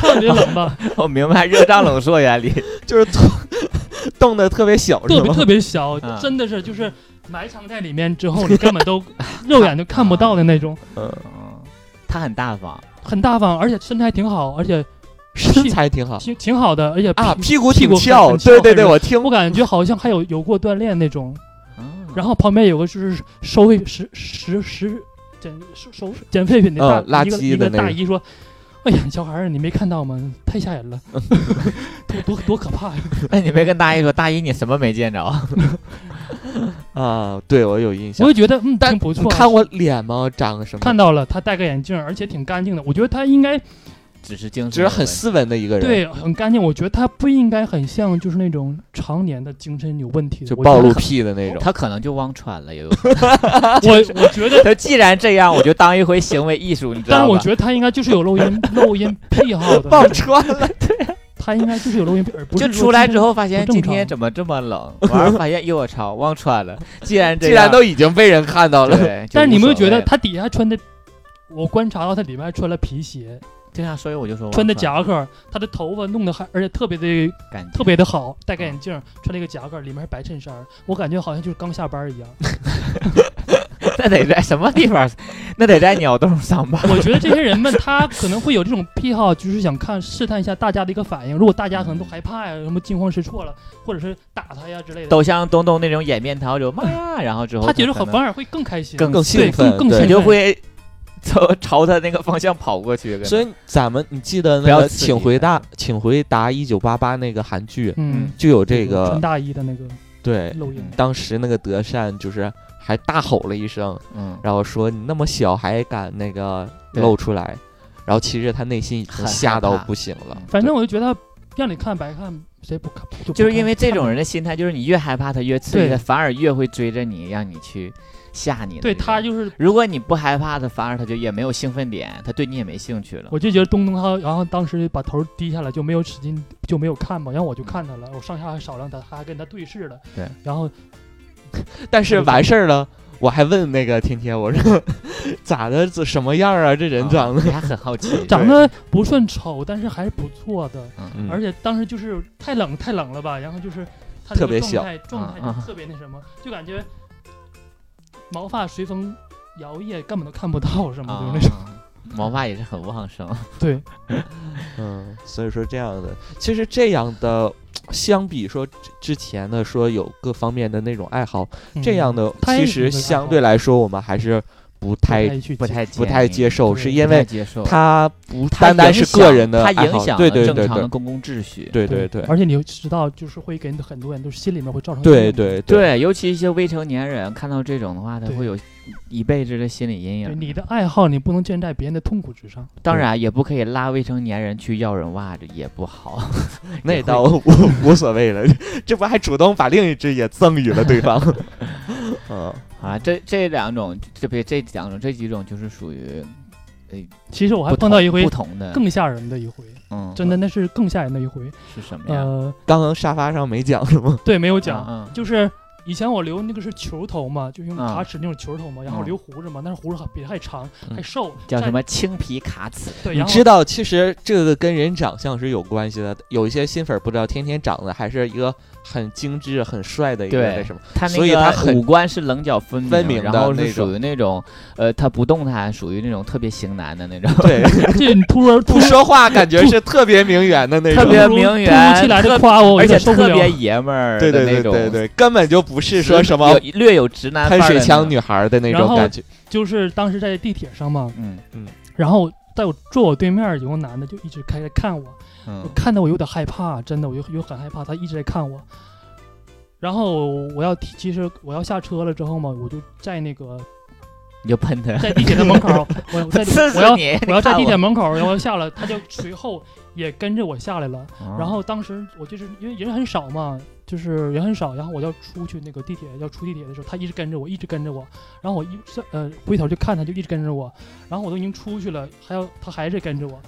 D: 特别冷吧，
C: 我明白热胀冷缩原理，
B: 就是冻冻得特别小，
D: 特
B: 是
D: 别
B: 吗？
D: 特别小，
C: 啊
D: 真的是就是埋藏在里面之后，你根本都肉眼就看不到的那种，
C: 嗯，他很大方，
D: 很大方，而且身材还挺好，而且
B: 身材挺好
D: 挺挺好的，而且
B: 啊，
D: 皮
B: 屁股
D: 屁
B: 挺
D: 股
B: 翘，
D: 很
B: 对
D: 翘
B: 对对，
D: 很
B: 我听
D: 我感觉好像还有有过锻炼那种。
C: 嗯
D: 然后旁边有个就是收费食食食减收收减废品的大、
B: 嗯垃
D: 一个
B: 圾
D: 一
B: 的
D: 个
B: 那
D: 大
B: 个
D: 姨说：“哎呀，小孩儿，你没看到吗？太 吓人了，多多多可怕呀！
C: 那哎你没跟大姨说，大姨你什么没见着？
B: 啊，对我有印
D: 我
B: 象。
D: 就觉得嗯，
B: 但
D: 挺不
B: 你
D: 错。
B: 看我脸吗？长个什么？
D: 看到了，他戴个眼镜，而且挺干净的。我觉得他应该
C: 只是精神，
B: 只是很斯文的一个人，，
D: 对很干净。我觉得他不应该很像就是那种常年的精神有问题的。
B: 就
D: 我觉
B: 暴
D: 得
B: 露
D: 他
B: 癖的那种。
C: 他可能就忘穿了，也有。
D: 我我觉得，
C: 他既然这样，我就当一回行为艺术，你知
D: 但
C: 道
D: 是我
C: 吧？
D: 觉得他应该就是有漏音漏音癖好的。
B: 忘穿了，
D: 他应该就是有露阴病，而不是
C: 就
D: 说
C: 出来之
D: 今天
C: 后发现
D: 不正
C: 今
D: 常
C: 天怎么这么冷，完了发现哟我操忘穿了，既然这
B: 既然
C: 样
B: 都已经被人看到了，
C: 对，就
D: 但是你
C: 无
D: 没有
C: 所
D: 觉得
C: 谓
D: 他底下穿的？我观察到他里面还穿了皮鞋，
C: 对啊，所以我就说
D: 穿的
C: 的
D: 夹克，他的头发弄得还而且特别的
C: 感觉
D: 特别的好，戴个
C: 嗯
D: 眼镜，穿了一个夹克，里面是白衬衫，我感觉好像就是刚下班一样。
C: 那得在什么地 方？那得在鸟洞上吧？
D: 我觉得这些人们 他可能会有这种癖好，就是想看试探一下大家的一个反应。如果大家可能都害怕呀，什么惊慌失措了，或者是打他呀之类的，
C: 都像东东那种掩面逃流，妈呀！然后之后
D: 他觉得
C: 可
D: 很
C: 能
D: 反而会更开心，
C: 更
B: 更
D: 对
B: 兴
D: 更
B: 奋，对
D: 更
C: 你
D: 兴奋
C: 就会 朝朝他那个方向跑过去。可能
B: 所以咱们你记得
C: 不
B: 那
C: 要
B: 个《
C: 刺激
B: 请回答，请回答一九八八》那个韩剧，
D: 嗯，
B: 就有这
D: 穿
B: 个
D: 大衣的那个
C: 呃
B: 对，
D: 露营，
B: 当时那个德善就是还大吼了一声，
C: 嗯，
B: 然后说你那么小还敢那个
C: 对
B: 露出来，然后其实他内心已经
C: 很害
B: 吓到
C: 怕
B: 不行了，
D: 反正我就觉得让你看白看，谁不看就不
C: 就是
D: 看
C: 因为这种人的心态，就是你越害怕他，越刺激他，
D: 对
C: 反而越会追着你，让你去吓你的
D: 对
C: 那种
D: 他就是。
C: 如果你不害怕他，反而他就也没有兴奋点，他对你也没兴趣了。
D: 我就觉得东东他，然后当时把头低下来，就没有使劲，就没有看嘛。然后我就看他了，我上下还少量他，还跟他对视了。
C: 对，
D: 然后
C: 嗯
B: 但是完事儿了，我还问那个天天，我说 咋的，这什么样啊？这人长
C: 啊
B: 得，
C: 你还很好奇，
D: 长得不算丑，但是还是不错的。
B: 嗯
D: 而且当时就是太冷太冷了吧，然后就是他
B: 特别小
D: 状态状态
C: 啊啊
D: 就特别那什么，就感觉毛发随风摇曳，根本都看不到什么，
C: 啊
D: 就是那种。
C: 毛发也是很旺盛。
D: 对，
B: 嗯，所以说这样的，其实这样的，相比说之之前的说有各方面的那种爱好，
D: 嗯
B: 这样的
D: 他也
B: 其
D: 是
B: 实
D: 一个爱好
B: 相对来说我们还是不
D: 不
B: 太
D: 太去
C: 不
D: 接
C: 太
B: 不太接受，
D: 对
B: 是
C: 不
B: 因
C: 太
B: 为
C: 接受，
B: 它不
C: 它
B: 单单
C: 影
B: 是
C: 响
B: 个人的
C: 它
B: 爱
C: 影
B: 好
C: 响
B: 对
C: 了
B: 对对
C: 正常的
B: 对
C: 公共秩序。
B: 对对对
D: 而且你又知道，就是会给很多人都是心里面会造成阴
B: 对
D: 影
B: 对
C: 对，尤其一些未成年人看到这种的话，他
D: 对
C: 会有一辈子的心理阴
D: 对
C: 影。
D: 你的爱好，你不能建在别人的痛苦之上。
C: 当然也不可以拉未成年人去要人袜子，也不好。 也
B: 那
C: 会
B: 倒无 无所谓了， 这不还主动把另一只也赠予了对方， 嗯，
C: 啊，这这两种，这别这两种，这几种就是属于
D: 其实我还
C: 不
D: 碰到一
C: 同
D: 回
C: 不同的，
D: 更吓人的一回，
C: 嗯，
D: 真的那是更吓人的一回。
C: 是什么呀？
D: 呃，
B: 刚刚沙发上没讲是吗？
D: 对，没有讲，
C: 嗯，
D: 就是以前我留那个是球头嘛，就用
C: 啊
D: 卡尺那种球头嘛，然后
C: 嗯
D: 留胡子嘛，但是胡子还比他还长，
B: 嗯
D: 还瘦，
C: 叫什
D: 站？
C: 么青皮卡尺？
D: 对，
B: 你
D: 然后
B: 知道，其实这个跟人长相是有关系的。有一些新粉儿不知道，天天长得还是一个很精致、很帅的一个
C: 对
B: 那什么，
C: 他那
B: 所以他
C: 个
B: 很
C: 五官是棱角分
B: 分明
C: 然
B: 的
C: 后
B: 那
C: 是属
B: 种
C: 于那种，呃，他不动弹，属于那种特别型男的那 种，
B: 对，
D: 这你突然突
B: 不
D: 然
B: 说话感觉是特别名媛的那种，
C: 特别
D: 突如
C: 名
D: 突如
C: 媛
D: 其来
C: 特
D: 的夸我，我
C: 而
D: 有
C: 且
D: 点哦受不
C: 特
D: 了。
C: 别爷们儿
B: 对
C: 的
B: 对
C: 那
B: 对
C: 种，
B: 对对，根本就不是说什
C: 有
B: 么
C: 略有直男
B: 喷
C: 范儿
B: 水
C: 的那
B: 枪
C: 种，
B: 女孩儿的那
D: 然
B: 种
D: 后
B: 感觉。
D: 就是当时在地铁上嘛，
C: 嗯
D: 然后在我坐我对面有个男的就一直开始看我，我
C: 嗯，
D: 看到我有点害怕，真的，我就有很害怕，他一直在看我。然后我要提，其实我要下车了之后嘛，我就在那个
C: 你就喷他，
D: 在地铁 的门口，我我在
C: 刺
D: 我
C: 死
D: 要
C: 你！
D: 我要在
C: 看
D: 地铁门口，然后下了，他就随后也跟着我下来了。
C: 啊
D: 然后当时我就是因为人很少嘛，就是人很少，然后我要出去那个地铁要出地铁的时候，他一直跟着我，一直跟着我，然后我一直呃回头就看他就一直跟着我，然后我都已经出去了，还要他还是跟着我，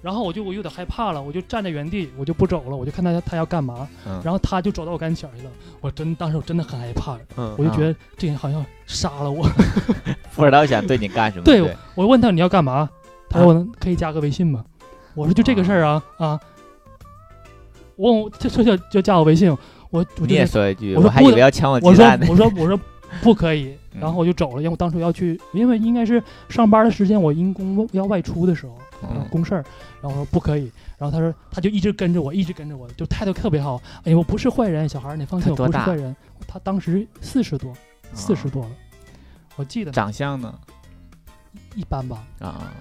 D: 然后我就我有点害怕了，我就站在原地，我就不走了，我就看他他要干嘛，
C: 嗯
D: 然后他就走到我跟前儿去了，我真当时我真的很害怕，
B: 嗯，
D: 我就觉得这人好像杀了我，
C: 不知道想对你干什么，
D: 对
C: 对，
D: 我问他你要干嘛，他说我能可以加个微信吗？我说就这个事儿啊啊，我问我这说就就加我微信，我我
C: 你
D: 就
C: 也
D: 是
C: 说一句，
D: 我说
C: 还
D: 不
C: 以
D: 能
C: 为要抢我
D: 我
C: 鸡
D: 说
C: 蛋呢。
D: 我说我 说不可以，
C: 嗯
D: 然后我就走了，因为我当初要去，因为应该是上班的时间，我因公要外出的时候，
C: 嗯
D: 然后公事儿，然后我说不可以，然后他说他就一直跟着我，一直跟着我，就态度特别好，哎我不是坏人，小孩儿你放心，
C: 他
D: 我
C: 多
D: 不是
C: 大
D: 坏人，他当时四十多，四十
C: 啊
D: 多了，我记得
C: 长相呢？
D: 一般吧，
C: 啊，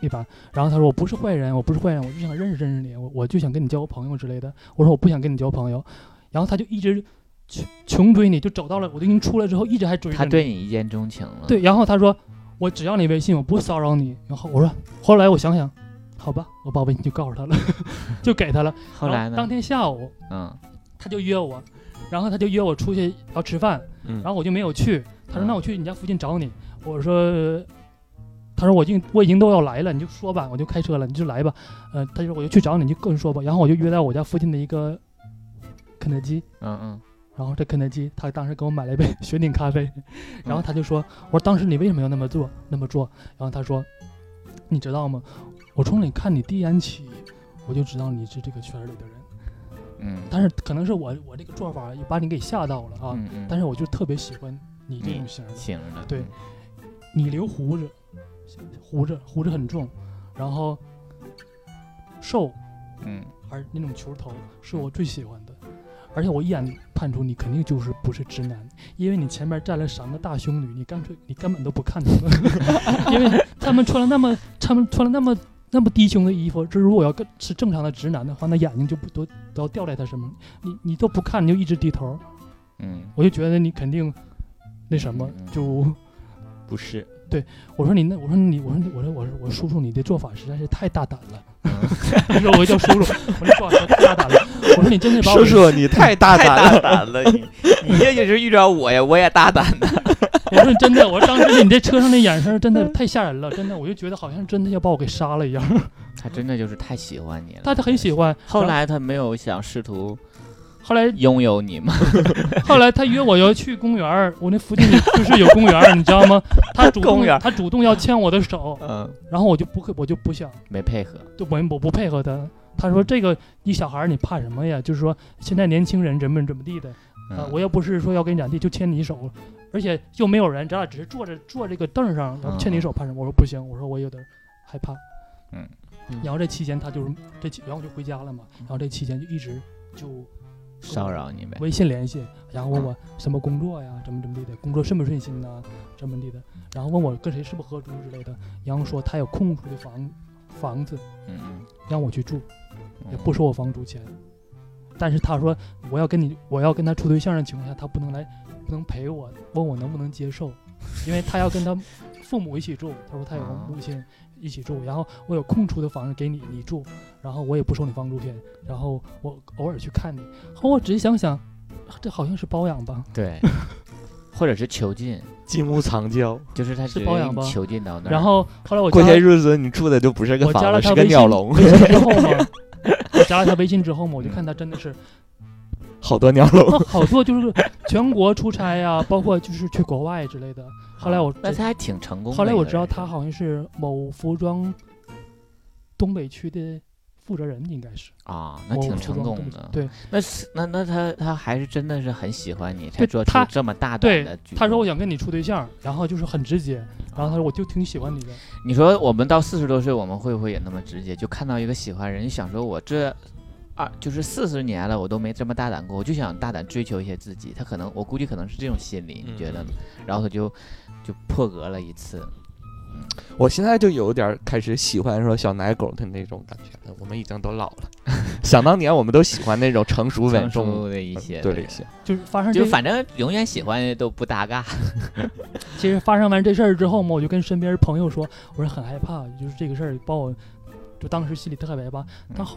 D: 一般。然后他说我不是坏人，我不是坏人，我就想认识认识你，我我就想跟你交个朋友之类的。我说我不想跟你交朋友，然后他就一直穷穷追你，就走到了我都已经出来之后，一直还追着
C: 他
D: 你
C: 对你一见钟情了。
D: 对，然后他说我只要你微信，我不骚扰你。然后我说后来我想想，好吧，我把微信就告诉他了， 就给他了。
C: 后
D: 然
C: 来呢？
D: 当天下午
C: 嗯，
D: 他就约我，然后他就约我出去要吃饭，
B: 嗯
D: 然后我就没有去。他说
C: 嗯
D: 那我去你家附近找你。我说他说我已经我已经都要来了，你就说吧，我就开车了，你就来吧。呃，他就说我就去找你，你就跟说吧。然后我就约在我家附近的一个肯德基，
C: 嗯嗯，
D: 然后这肯德基他当时给我买了一杯 雪顶咖啡，然后他就说，我说当时你为什么要那么做那么做？然后他说，你知道吗？我从你看你第一眼起，我就知道你是这个圈儿里的人。
C: 嗯
D: 但是可能是我我这个做法也把你给吓到了啊。
C: 嗯嗯，
D: 但是我就特别喜欢你这种型儿，
C: 醒着呢，
D: 对你留胡子，胡子胡子很重，然后瘦
C: 嗯，
D: 而那种球头是我最喜欢的，而且我一眼看出你肯定就是不是直男，因为你前面站了三个大胸女，你干脆你根本都不看他们， 因为他们穿了那么他们穿了那么那么低胸的衣服，这如果要跟是正常的直男的话，那眼睛就不都都要掉在他身上，你你都不看，你就一直低头，
C: 嗯
D: 我就觉得你肯定那什么
C: 嗯嗯
D: 就。
B: 不是，
D: 我说你那，我说你，我说你我说我说我叔叔，你的做法实在是太大胆了。那时候我叫叔叔，我说你做法实在太大胆了。我说你真的把我
B: 叔叔你太大胆了，
C: 胆了，你你这也是遇着我呀，我也大胆的，
D: 我说你真的，我说当时你这车上那眼神儿真
C: 嗯
D: 的太吓人了，真的，我就觉得好像真的要把我给杀了一样。
C: 他真的就是太喜欢你了，
D: 大家很喜欢。
C: 后来他没有想试图
D: 后来
C: 拥有你吗？
D: 后来他约我要去公园儿，我那附近就是有公园儿，你知道吗？他主
C: 公
D: 动
C: 园儿
D: 他主动要牵我的手，
C: 嗯，
D: 然后我就不会，我就不想，
C: 没配合，
D: 就我我不配合他。他说：“这个你小孩儿你怕什么呀？就是说现在年轻人怎么怎么地的，啊、
C: 嗯
D: 我又不是说要跟你咋地，就牵你手，而且又没有人，咱俩只是坐着坐这个凳儿上，然后牵你手怕什么？我说不行，我说我有点害怕，
C: 嗯
B: 嗯
D: 然后这期间他就是这期，然后我就回家了嘛，然后这期间就一直就
C: 骚扰你呗，
D: 微信联系，然后问我什么工作呀，怎么怎么地的，工作顺不顺心呐、怎么地的，然后问我跟谁是不是合租之类的，然后说他有空出的房房子
C: 嗯嗯
D: 让我去住，
C: 嗯，
D: 也不收我房租钱。但是他说我要跟你，我要跟他处对象的情况下，他不能来，不能陪我，问我能不能 接受，因为他要跟他父母一起住。他说他有个
C: 啊
D: 母亲一起住，然后我有空出的房子给你，你住，然后我也不收你房租钱，然后我偶尔去看你。后我仔细想想，这好像是包养吧。
C: 对，或者是囚禁，
B: 金屋藏娇。
C: 就是他
D: 是
C: 直接
D: 包
C: 给
D: 养
C: 你
D: 吧
C: 囚禁到那儿，
D: 然后后来我
B: 哎过
D: 加
B: 些
D: 了
B: 日子你住的就不是个
D: 我加
B: 房
D: 了
B: 子，是
D: 他
B: 个
D: 微信
B: 鸟笼，
D: 微信之后嘛，我加了他微信之后嘛，我就看他真的是
B: 好多鸟笼。
D: 他哦好多就是全国出差呀、 包括就是去国外之类的。后来我
C: 啊那他还挺成功的一个
D: 后
C: 人，
D: 来我知道他好像是某服装东北区的负责人，应该是。
C: 啊，那
D: 某
C: 挺
D: 服
C: 成
D: 装
C: 功
D: 东北
C: 的，
D: 对
C: 那是那那他他还是真的是很喜欢你，才
D: 对
C: 做出
D: 他
C: 这么大胆的
D: 对
C: 举，动。
D: 他说我想跟你处对象，然后就是很直接，然后他说我就挺喜欢你的。
C: 你说我们到四十多岁，我们会不会也那么直接？就看到一个喜欢人，就想说我这二就是四十年了，我都没这么大胆过，我就想大胆追求一些自己。他可能我估计可能是这种心理，你觉得呢？然后他就就破格了一次，
B: 我现在就有点儿开始喜欢说小奶狗的那种感觉了。我们已经都老了， 想当年我们都喜欢那种成熟稳
C: 成
B: 重
C: 熟的一些，
B: 对一些。
D: 就是发生这
C: 就，反正永远喜欢的都不搭嘎。
D: 其实发生完这事儿之后嘛，我就跟身边朋友说，我说很害怕，就是这个事儿把我，就当时心里特别害怕。
C: 嗯
D: 但后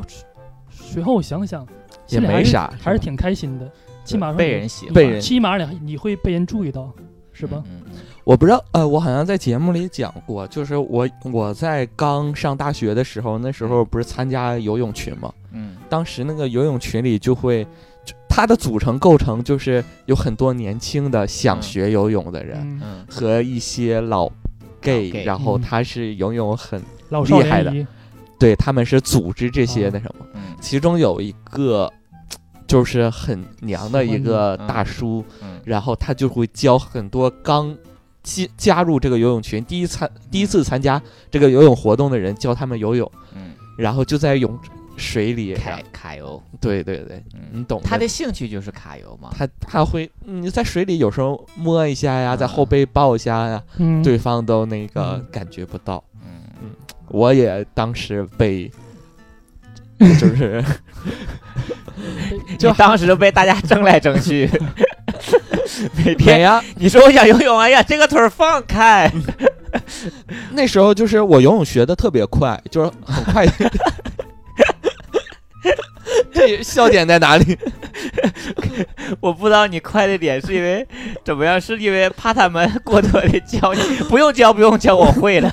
D: 随后我想想，
B: 也
D: 心里还
B: 没
D: 是
B: 啥，
D: 还
B: 是
D: 是
B: 吧
D: 挺开心的，起码说
C: 被
D: 你
C: 人喜欢，
B: 被人
D: 起码你你会被人注意到，是吧？
C: 嗯？嗯嗯
B: 我不知道，呃，我好像在节目里讲过，就是我我在刚上大学的时候，那时候不是参加游泳群嘛，
C: 嗯
B: 当时那个游泳群里就会，就它的组成构成就是有很多年轻的想
C: 嗯
B: 学游泳的人、
D: 嗯，
C: 嗯，
B: 和一些老 gay，,
C: gay
B: 然后
D: 嗯
B: 他是游泳很、
D: 老少
B: 厉害
D: 咸宜，
B: 对，他们是组织这些
D: 啊
B: 那什么，
C: 嗯
B: 其中有一个。就是很娘的
D: 喜
B: 一
D: 欢你
B: 个
C: 嗯
B: 大叔，
C: 嗯
B: 然后他就会教很多刚加加入这个游泳群、第一参第一次参加这个游泳活动的人，教他们游泳，
C: 嗯，
B: 然后就在泳水里。
C: 凯卡游，
B: 对对对，你
C: 嗯，
B: 啊懂
C: 他的兴趣就是卡游嘛，
B: 他他会你在水里有时候摸一下呀，在后
C: 嗯
B: 背抱一下呀，
D: 嗯，
B: 对方都那个
D: 嗯
B: 感觉不到。
C: 嗯，
B: 我也当时被。 就是
C: 就当时就被大家争来争去，每
B: 没
C: 天
B: 呀，
C: 你说我想游泳，哎呀，这个腿儿放开，
B: 那时候就是我游泳学的特别快，就是很 快。这笑点在哪里？
C: 我不知道你快的点是因为 怎么样，是因为怕他们过多的教你，不用教不用教，我会了，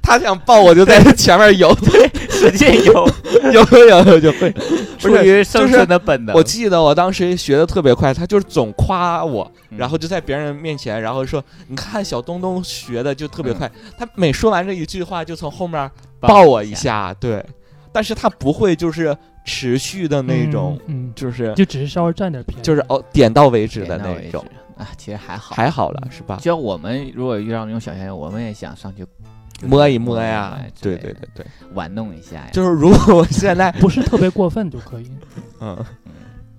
B: 他想抱我就在他前面游，
C: 使劲游，
B: 游游游游就会。不
C: 出
B: 是
C: 于生存的本能。
B: 我记得我当时学的特别快，他就是总夸我，
C: 嗯
B: 然后就在别人面前，然后说：“你看小东东学的就特别快。
C: 嗯
B: 他每说完这一句话，就从后面抱我一下，对。但是他不会就是持续的那种，
D: 嗯，嗯
B: 就是
D: 就只是稍微占点便宜，
B: 就是哦点到为止的
C: 点到为
B: 那种
C: 止，啊，其实还好。
B: 还好嗯了是吧
C: 就？像我们如果遇到那种小鲜肉，我们也想上去就是
B: 摸一摸
C: 摸
B: 呀
C: 一摸，之
B: 对
C: 类
B: 对
C: 的
B: 对对，
C: 玩弄一下呀。
B: 就是如果我现在
D: 不是特别过分就可以。
B: 嗯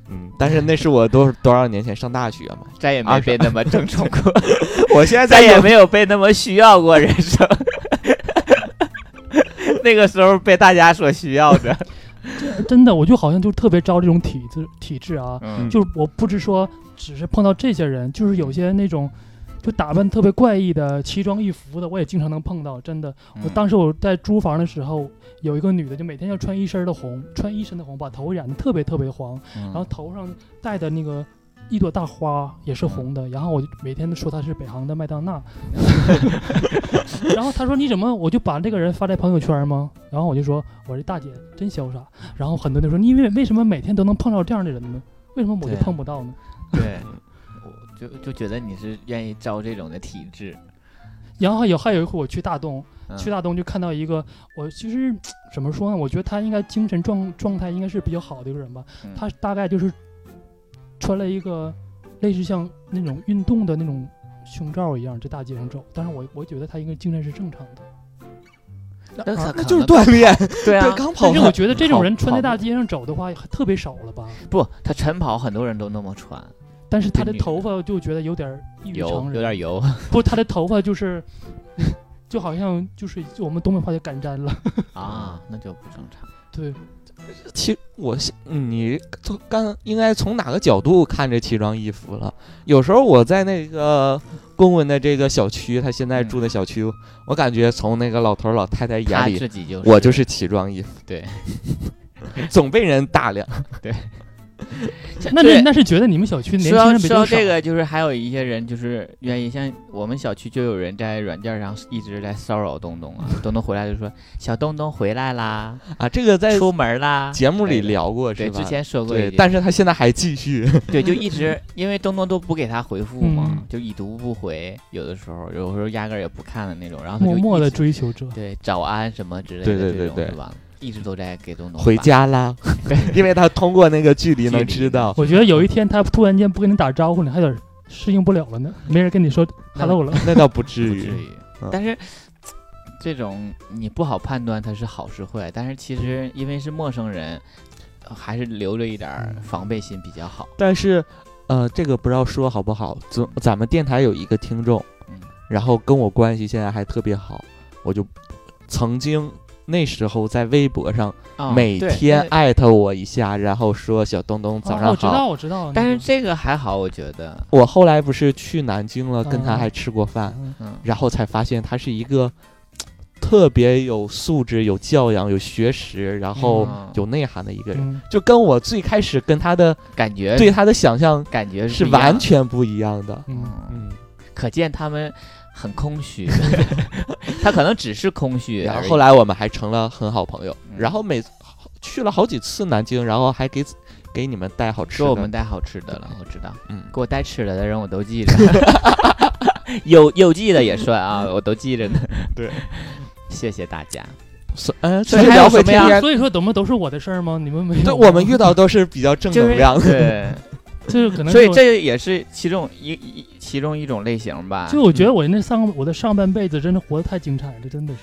B: 嗯，但是那是我多多少年前上大学嘛，
C: 再也没
B: 二十
C: 被那么郑重过，
B: 我 现在
C: 再
B: 在
C: 也
B: 有
C: 没有被那么需要过人生。 那个时候被大家所需要的，
D: 真的，我就好像就特别招这种体制体制啊，
C: 嗯，
D: 就是我不是说只是碰到这些人，就是有些那种就打扮特别怪异的、奇装异服的，我也经常能碰到。真的，
B: 嗯
C: 嗯
D: 我当时我在租房的时候，有一个女的就每天要穿一身的红，穿一身的红，把头染得特别特别黄，
C: 然
D: 然后头上戴的那个。一朵大花也是红的，然后我就每天都说她是北航的麦当娜，然后她说你怎么我就把这个人发在朋友圈吗？然后我就说我这大姐真潇洒，然后很多人说你为为什么每天都能碰到这样的人呢？为什么我就
C: 对
D: 碰不到呢？
C: 对，我就就觉得你是愿意招这种的体质，
D: 然后还有还有一回我去大东，
C: 嗯
D: 去大东就看到一个，我其实怎么说呢？我觉得他应该精神状状态应该是比较好的一个人吧。
C: 嗯
D: 他大概就是穿了一个类似像那种运动的那种胸罩一样，在大街上走。但是我我觉得他应该精神是正常的。
C: 那他
D: 啊
B: 那
C: 可
B: 就是
C: 能
B: 锻炼，
C: 对啊
B: 对，，刚跑
D: 但是我
B: 完，
D: 觉得这种人穿
C: 跑
D: 在大街上走的话，特别少了吧？
C: 不，他晨跑很多人都那么穿，
D: 但是他
C: 对
D: 的
C: 女
D: 头发就觉得有点异于
C: 油
D: 常
C: 有
D: 人，
C: 点油，
D: 不，他的头发就是。 就好像就是我们东北话叫干粘了，
C: 啊，那就不正常。
D: 对，
B: 其实我是你从刚应该从哪个角度看这奇装异服了？有时候我在那个公文的这个小区，他现在住的小区，我感觉从那个老头儿老太太眼
C: 他
B: 里，
C: 自己就是，
B: 我就是奇装异服，
C: 对，
B: 总被人打量。
D: 那
C: 对
D: 那那是觉得你们小 区年
C: 说
D: 轻
C: 到
D: 人比
C: 说
D: 较
C: 到
D: 少。
C: 这个，就是还有一些人就是愿意像我们小区就有人在软件上一直在骚扰东东啊，东东回来就说小东东回 来啦，
B: 啊，这个在
C: 出门啦，
B: 节目里
C: 对的
B: 聊过是
C: 对，
B: 吧？
C: 之前说过一
B: 对，
C: 句，
B: 但是他现在还继 续。
C: 对， 就一直因为东东都不给他回复嘛
D: 嗯，
C: 就已读不回，有的时候有时候压根儿也不看的那种，然后他就
D: 默默
C: 一
D: 的
C: 直
D: 追求者，
C: 对早安什么之类
B: 对
C: 的
B: 对
C: 这
B: 对
C: 种
B: 对
C: 是吧？一直都在给东东
B: 回
C: 发，
B: 家 啦，因为他通过那个距离
C: 距
B: 能
C: 离
B: 知道。
D: 我觉得有一天他突然间不跟你打招呼，你还有点适应不了了呢，没人跟你说 hello 了。
B: 那倒不至
C: 不
B: 于
C: 至，于
B: 嗯。
C: 但是这种你不好判断它是好是坏，但是其
B: 嗯
C: 实因为是陌生人，呃还是留着一点儿
B: 嗯
C: 防备心比较好。
B: 但是，呃，这个不知道说好不好。咱咱们电台有一个听众，
C: 嗯
B: 然后跟我关系现在还特别好，我就曾经那时候在微博上
C: 啊
B: 嗯每
C: 对
B: 天
C: 那
B: 艾特我一下，然后说小东东早
D: 哦，
B: 上
D: 我知
B: 好。
D: 道，我知道。
C: 但
D: 那
C: 是
D: 个
C: 这个还好，我觉得，
B: 我后来不是去南京了，跟他
D: 哦
B: 还吃过饭，
D: 嗯
C: 嗯，
B: 然后才发现他是一个。特别有素质、有教养、有学识，然后
C: 嗯
B: 有内涵的一个人，
D: 嗯
B: 就跟我最开始跟他的
C: 感觉
B: 对他的想象
C: 感觉
B: 是
C: 哎不一样
B: 完
C: 的。
B: 全不一样的。
D: 嗯，
C: 嗯，
B: 嗯，
C: 可见他们很空虚， 他可能只是空虚而已。
B: 然后后来我们还成了很好朋友，
C: 嗯
B: 然后每去了好几次南京，然后还给给你们带好吃
C: 给
B: 的。
C: 我们带好吃的了，我知道。
B: 嗯
C: 给我带吃的的人我都记着， 有有记的也算啊，我都记着呢。
B: 嗯对，
C: 谢谢大家。
B: 所嗯，
C: 所以
B: 所以
C: 还
B: 聊
C: 有
B: 回
C: 什么呀
B: 天天，
D: 所以说怎么都是我的事儿吗？你们没有？
B: 对我们遇到都是比较正能量 的。
C: 对，
D: 就是可能
C: 所以
D: 就
C: 这也是其中一一其中一种类型吧。
D: 就我觉得我那上我的上半辈子真的活得太精彩了，真的是。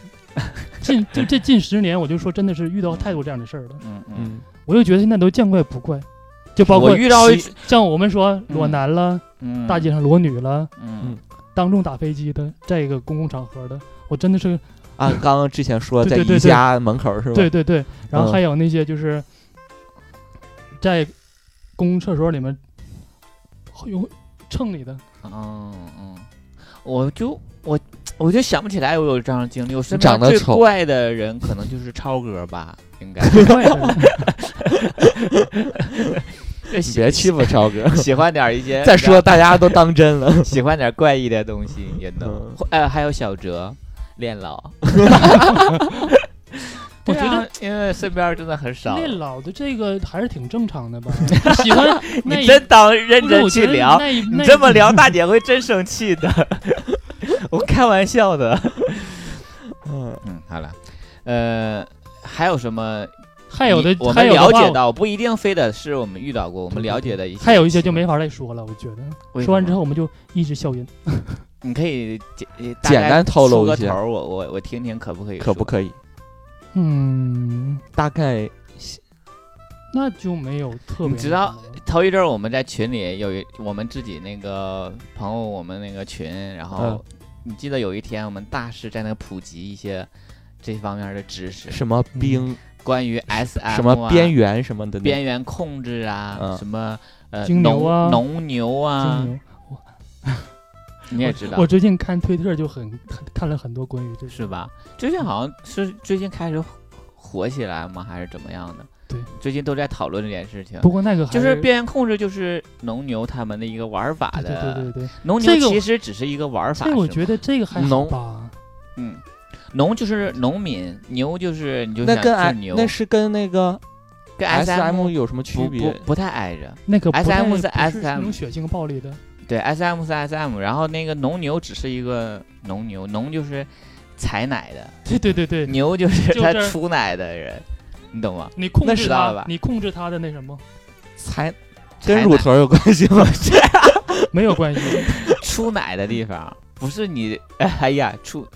D: 近就这近十年，我就说真的是遇到太多这样的事儿了，
C: 嗯嗯，
B: 嗯，
D: 我就觉得现在都见怪不怪。就包括
C: 我遇到一
D: 像我们说裸男了，
C: 嗯
D: 大街上裸女了，
C: 嗯
D: 当众打飞机的，在一个公共场合的，我真的是
B: 啊，刚刚之前说
D: 对
B: 在
D: 对对
B: 宜家门口是吧？
D: 对对对，然后
B: 嗯
D: 还有那些就是在公共厕所里面用蹭 你的，
C: 嗯嗯，我就我我就想不起来我有这样的经历。我身
B: 长
C: 边
B: 得
C: 最
B: 丑
C: 怪的人可能就是超哥吧，应该。
B: 你 别欺负超 哥。
C: 喜欢点儿一些。
B: 再说大家都当真了。
C: 喜欢点怪异的东西也能
D: 呃
B: 嗯，
C: 哎，还有小哲，恋 老。
D: 我
C: 对啊
D: 觉得
C: 因为身边真的很少。
D: 那老的这个还是挺正常的 吧？喜欢那
C: 你
D: 一
C: 真当认
D: 不是
C: 真
D: 我觉
C: 去
D: 得
C: 聊，
D: 那一
C: 你
D: 那
C: 这么聊，大姐会真生气 的。我开玩笑的。
B: 嗯，
C: 嗯，好了，呃，还有什么
D: 还有的
C: 你我
D: 还
C: 们
D: 有的
C: 了
D: 话嗯
C: 解到，不一定非得是我们遇到过，我们了解的一些，
D: 还有一些就没法再说了，我觉得
C: 为什么
D: 说完之后，我们就一直笑晕。
C: 你可以简呃大
B: 简
C: 概
B: 单透露
C: 出个
B: 一些
C: 头儿我我我听听可不可以？
B: 可不可以？
D: 嗯，
B: 大概
D: 那就没有特别
C: 你知道
D: 那什么了
C: 头一阵儿我们在群里有一我们自己那个朋友，我们那个群，然后
B: 嗯
C: 你记得有一天我们大师在那普及一些这方面的知识，
B: 什么冰、
C: 关于 SM
B: 嗯
C: 啊
B: 什么边缘什么的那，
C: 边缘控制啊，
B: 嗯
C: 什么呃
D: 金牛啊
C: 农农牛啊
D: 金，牛
C: 你也知道
D: 我最近看推特就很很看了很多关于这个，
C: 是吧？最近好像是最近开始火起来吗？还是怎么样的？
D: 对，
C: 最近都在讨论这件事情。
D: 不过那个还
C: 就是边缘控制，就是农牛他们的一个玩法
D: 对
C: 的。
D: 对对对对，
C: 农牛
D: 这个我
C: 其实只是一个玩法，
D: 这我
C: 是吗
D: 觉得这个还好
B: 农
D: 吧。
C: 嗯，农就是农民，牛就是你就
B: 那
C: 想
B: 跟
C: 就是
B: I
C: 牛，
B: 那是跟那个
C: 跟
B: S
C: M
B: M 有什么区
C: 不
B: 别
C: 不？不太挨着。
D: 那个不
C: SM
D: 太
C: 是
D: 不是
C: SM
D: 那种血腥暴力的，
C: 对，S M 是 S M，然后那个农牛只是一个农牛，农就是采奶的，
D: 对对对对，
C: 牛就是
D: 就
C: 他
D: 是
C: 出奶的人，你懂吗？
D: 你控
C: 那
D: 制
C: 知道了
D: 他
C: 吧，
D: 你控制他的那什么
B: 才
C: 采
B: 跟
C: 奶
B: 乳头有关系 吗？
D: 没有关系，
C: 出奶的地方，不是你， 哎呀，出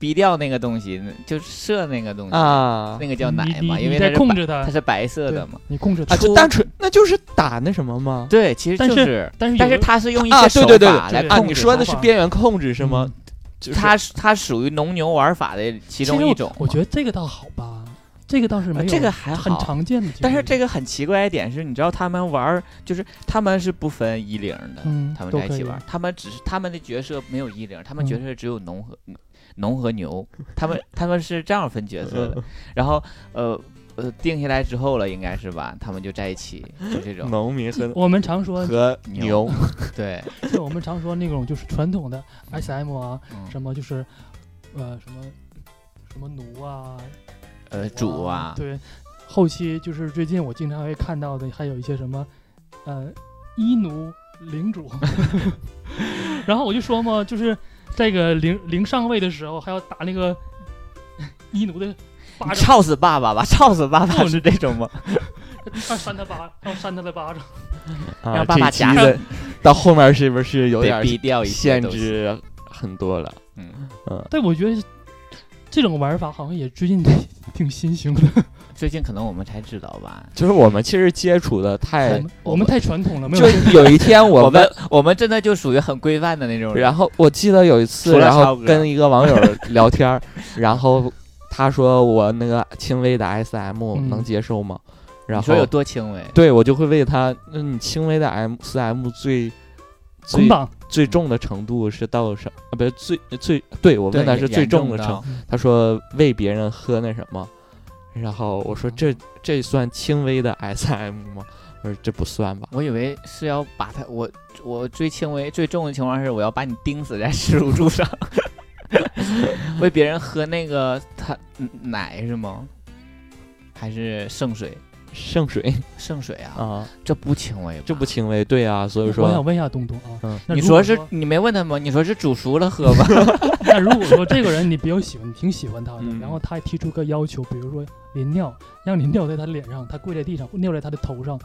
C: 逼掉那个东西，就是射那个东西，
B: 啊
C: 那个叫奶
D: 你
C: 嘛，
D: 你
C: 因为
D: 你
C: 它
D: 在
C: 是
D: 控
C: 白，
D: 制他
C: 它，是白色的
D: 对
C: 嘛。，
D: 你控制
B: 啊，
D: 他，
B: 就
C: 出
B: 单纯那就是打那什么吗？
C: 对，其实
D: 但
C: 就是是，
D: 但是
C: 但
D: 有
C: 是
D: 的
C: 它是用一
B: 啊，
C: 些
B: 对
C: 手
B: 对对
C: 法来
B: 啊，
C: 控
B: 你
C: 制
B: 说
C: 它
B: 的是边缘控制是吗
D: 嗯？
B: 就是
C: 它是它属于农牛玩法的其中一种嘛。
D: 我觉得这个倒好吧，这个倒是
C: 啊
D: 没有，
C: 这个还
D: 很
C: 好，
D: 常见的。其
C: 但是
D: 实
C: 这个很奇怪一点是，你知道他们玩儿就是他们是不分一零的，
D: 嗯，
C: 他们
D: 都
C: 在一
D: 可
C: 起
D: 以
C: 玩儿，，他们只是他们的角色没有一零，他们角
D: 嗯
C: 色只有农和、农和牛，他们他们是这样分角色
D: 嗯
C: 的。然后呃呃定下来之后了，应该是吧？他们就在一起，就 这种。
B: 农民和
D: 我们常说，
B: 和
C: 牛
B: 牛，
C: 对，
D: 就我们常说那种就是传统的 S M 啊，
C: 嗯
D: 什么就是呃什么什么奴啊，
C: 呃主啊，
D: 对，后期就是最近我经常会看到的，还有一些什么呃一奴领主， 然后我就说嘛，就是这个零零上位的时候还要打那个一奴的巴
C: 你
D: 掌，
C: 操死爸爸吧，操死爸 爸是这种吗？
D: 要扇他巴，要扇他的巴掌。
B: 啊
C: 让爸爸
B: 这
C: 夹
B: 期的到后面是不是有
C: 得
B: 点
C: 逼掉一些
B: 限
C: 东西，
B: 制很多了？
C: 嗯，
D: 但我觉得这种玩法好像也最近挺新型的，
C: 最近可能我们才知道吧。
B: 就是我们其实接触的太
C: 很，
D: 我们太传统了，没有
B: 就有一天
C: 我
B: 我
C: 们我们真的就属于很规范的那种人，
B: 然后我记得有一次，
C: 除了
B: 然
C: 超
B: 后
C: 哥
B: 跟一个网友 聊天儿，然后他说我那个轻微的 SM
D: 嗯
B: 能接受吗？然
C: 你说有
B: 后
C: 多轻微？
B: 对我就会为他，那你轻微的 M 四 M 最
D: 捆
B: 最
D: 绑。
B: 最重的程度是到什啊？不是最最对我
C: 对
B: 问他是最
C: 严
B: 重的
C: 到
B: 程，他说为别人喝那什么，然后我说
D: 嗯
B: 这这算轻微的 SM 吗？我说这不算吧。
C: 我以为是要把他，我我最轻微最重的情况是我要把你钉死在耻辱柱上， 为别人喝那个他嗯奶是吗？还是圣水？
B: 圣水
C: 圣水啊，
B: 啊，
C: 这不轻微吧，
B: 这不轻微，对啊，所以
D: 我想
B: 说，
D: 问一下东东啊，
B: 嗯
D: 那
C: 你
D: 如果
C: 说
D: 说
C: 是你没问他吗？你说是煮熟了喝吧？
D: 那如果说这个人你比较喜欢，你挺喜欢他的，
B: 嗯
D: 然后他还提出个要求，比如说淋尿，让你尿在他脸上，他跪在地上，尿在他的头上，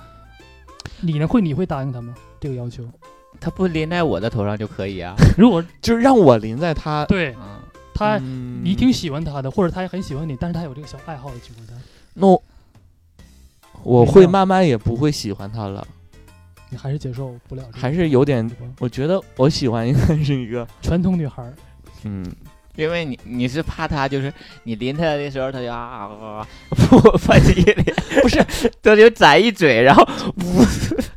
D: 你呢会你会答应他吗？这个要求？
C: 他不淋在我的头上就可 以啊。
D: 如果
B: 就是让我淋在他
D: 对
C: 嗯，
D: 他、你
B: 你
D: 挺喜欢他的，或者他也很喜欢你，但是他有这个小爱好的情况下，
B: 那我我
D: 没
B: 会
D: 料
B: 慢慢也不会喜欢他了，
C: 嗯
D: 你还是接受不了这个，
B: 还是有点
D: 对，吧
B: 我觉得我喜欢应该是一个，
D: 传统女孩儿，
B: 嗯，
C: 因为你你是怕他，就是你淋他的时候，他就啊啊啊啊，我把你脸不是，他就宰一嘴，然后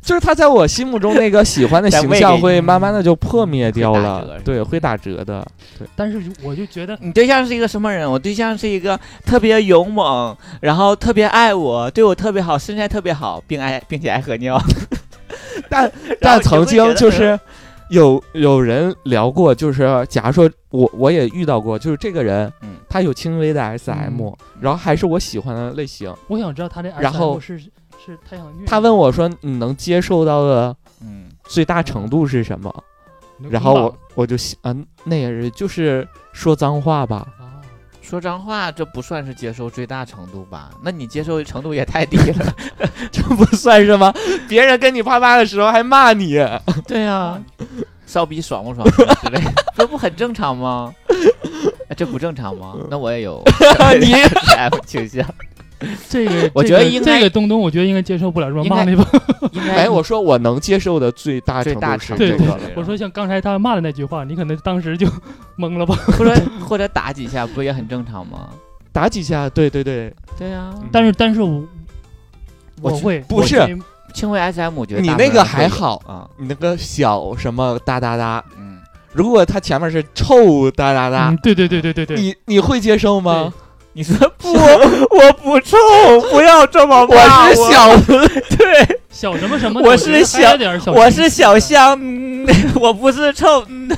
B: 就是他在我心目中那个喜欢 的
C: 在
B: 形
C: 喂给
B: 象
C: 你
B: 会慢慢的就破灭掉
C: 会打折
B: 了
C: 是，吧
B: 对，会打折的，
D: 但是我就觉得
C: 你对象是一个什么人？我对象是一个特别勇猛，然后特别爱我，对我特别好，身材特别好，并爱并且爱喝尿。
B: 但
C: 然后
B: 但
C: 你
B: 曾
C: 会觉
B: 经
C: 得
B: 就是有有人聊过，就是假如说我我也遇到过，就是这个人，
C: 嗯
B: 他有轻微的 SM，、
D: 嗯
B: 然后还是我喜欢的类型。
C: 嗯
D: 我想知道他这 S
B: 然后
D: 是是他想虐
B: 他问我说：“你能接受到的
C: 嗯
B: 最大程度是什么
D: 你，？”
B: 然后我我就想，嗯、那个人就是说脏话吧，
D: 啊，
C: 说脏话这不算是接受最大程度吧？那你接受程度也太低了。
B: 这不算是吗？别人跟你啪啪的时候还骂 你，
C: 对呀、
D: 啊
C: 骚逼爽不爽啊之类的，这不很正常吗？哎这不正常吗？那我也有
B: 你
C: SM 倾向，
D: 这个
C: 我
D: 这
C: 觉得
D: 个
C: 应该
D: 这个东东，我觉得应该接受不了，是吧？
C: 应
D: 骂
C: 该
D: 那帮，
C: 应该
B: 哎，我说我能接受的最大
C: 最
B: 程
C: 大
B: 度是
C: 程
D: 对
B: 这
C: 度
B: 个啊
D: 对
B: 了。
C: 了
D: 我说像刚才他骂的那句话，你可能当时就 懵了吧？
C: 或者或者打几下不也很正常吗？
B: 打几下，对对对，
C: 对呀、
B: 嗯
D: 但是但是我
B: 我
D: 我
B: 觉
D: 会
B: 不
D: 我
B: 是
D: 会
C: 轻微 SM 我觉得
B: 你
C: 大部
B: 那
C: 分
B: 个
C: 人
B: 还
C: 会有
B: 好
C: 啊，
B: 你那个小什么哒哒哒，
C: 嗯，
B: 如果他前面是臭哒哒哒
D: 嗯，，对对对对对对，
B: 啊你你会接受吗？
C: 你说不，我不臭，不要这 么
B: 我是小，
C: 对，
D: 小什么什么的，
C: 我
D: 我
C: 是
D: 觉得还有
C: 小
D: 点儿小，
C: 香， 嗯我不是臭，嗯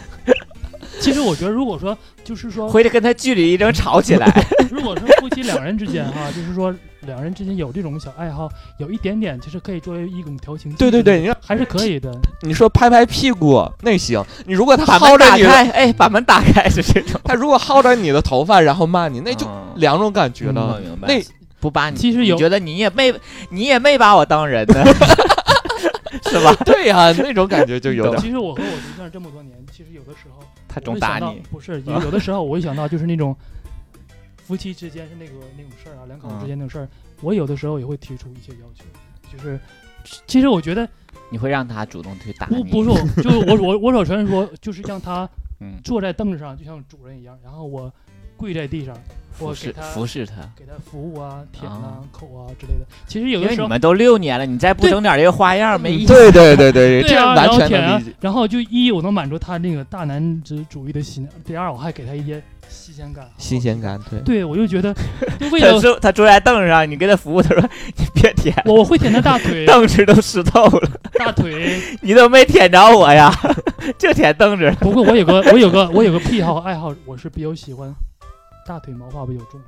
D: 其实我觉得，如果说就是说，
C: 回去跟他据理力争吵 起来。
D: 如果说夫妻两人之间哈，就是说两人之间有这种小爱好，有一点点，其实可以作为一种调情。
B: 对对对，，你说
D: 还是可以的。
B: 你说拍拍屁股那行，你如果他
C: 把
B: 薅着
C: 门打
B: 你的，
C: 开，哎，把门打开是这种，
B: 他如果薅着你的头发然后骂你，那就
C: 嗯
B: 两种感觉
C: 我
B: 了。
C: 明白
B: 那
C: 不把你，
D: 哦其实有
C: 你觉得你也没你也没把我当人呢， 是 吧？
B: 对呀、那种感觉就有点
D: 其实我和我对象这么多年，其实有的时候
C: 他
D: 我
C: 总
D: 会
C: 打
D: 想到
C: 你，，
D: 不是有有的时候我会想到就是那种夫妻之间是那个那种事儿啊，两
C: 嗯
D: 口子之间那种事儿，我有的时候也会提出一些要求，就是其实我觉得
C: 你会让他主动去打
D: 不
C: 你，
D: 不 是我，就是我我我首先说，就是让他
C: 嗯
D: 坐在凳子上，就像主人一样，然后我跪在地上，
C: 服
D: 我给
C: 侍
D: 他
C: 服侍他，
D: 给他服务啊、舔
C: 啊
D: 啊、口啊之类的。其实有
C: 因
D: 的
C: 为
D: 时
C: 你
D: 候，嗯
C: 们都六年了，你再不整点这个花样没意思。
B: 对对对对，
D: 对
B: 这样
D: 啊，然
B: 完
D: 后
B: 全
D: 舔
B: 能
D: 啊
B: 理解。，
D: 然后就一我能满足他那个大男子主义的心，第二我还给他一些新鲜感。啊
B: 新鲜。感，对，
D: 对，我就 觉得，就为
C: 他
D: 了
C: 坐他坐在凳上，你给他服务，他说你别舔，
D: 我我会舔他大 腿、
C: 凳子都湿透了，
D: 大腿。
C: 你都没舔着我呀， 就舔凳子了。
D: 不过我有个我有个我有个癖好爱好，我是比较喜欢大腿毛发比较重，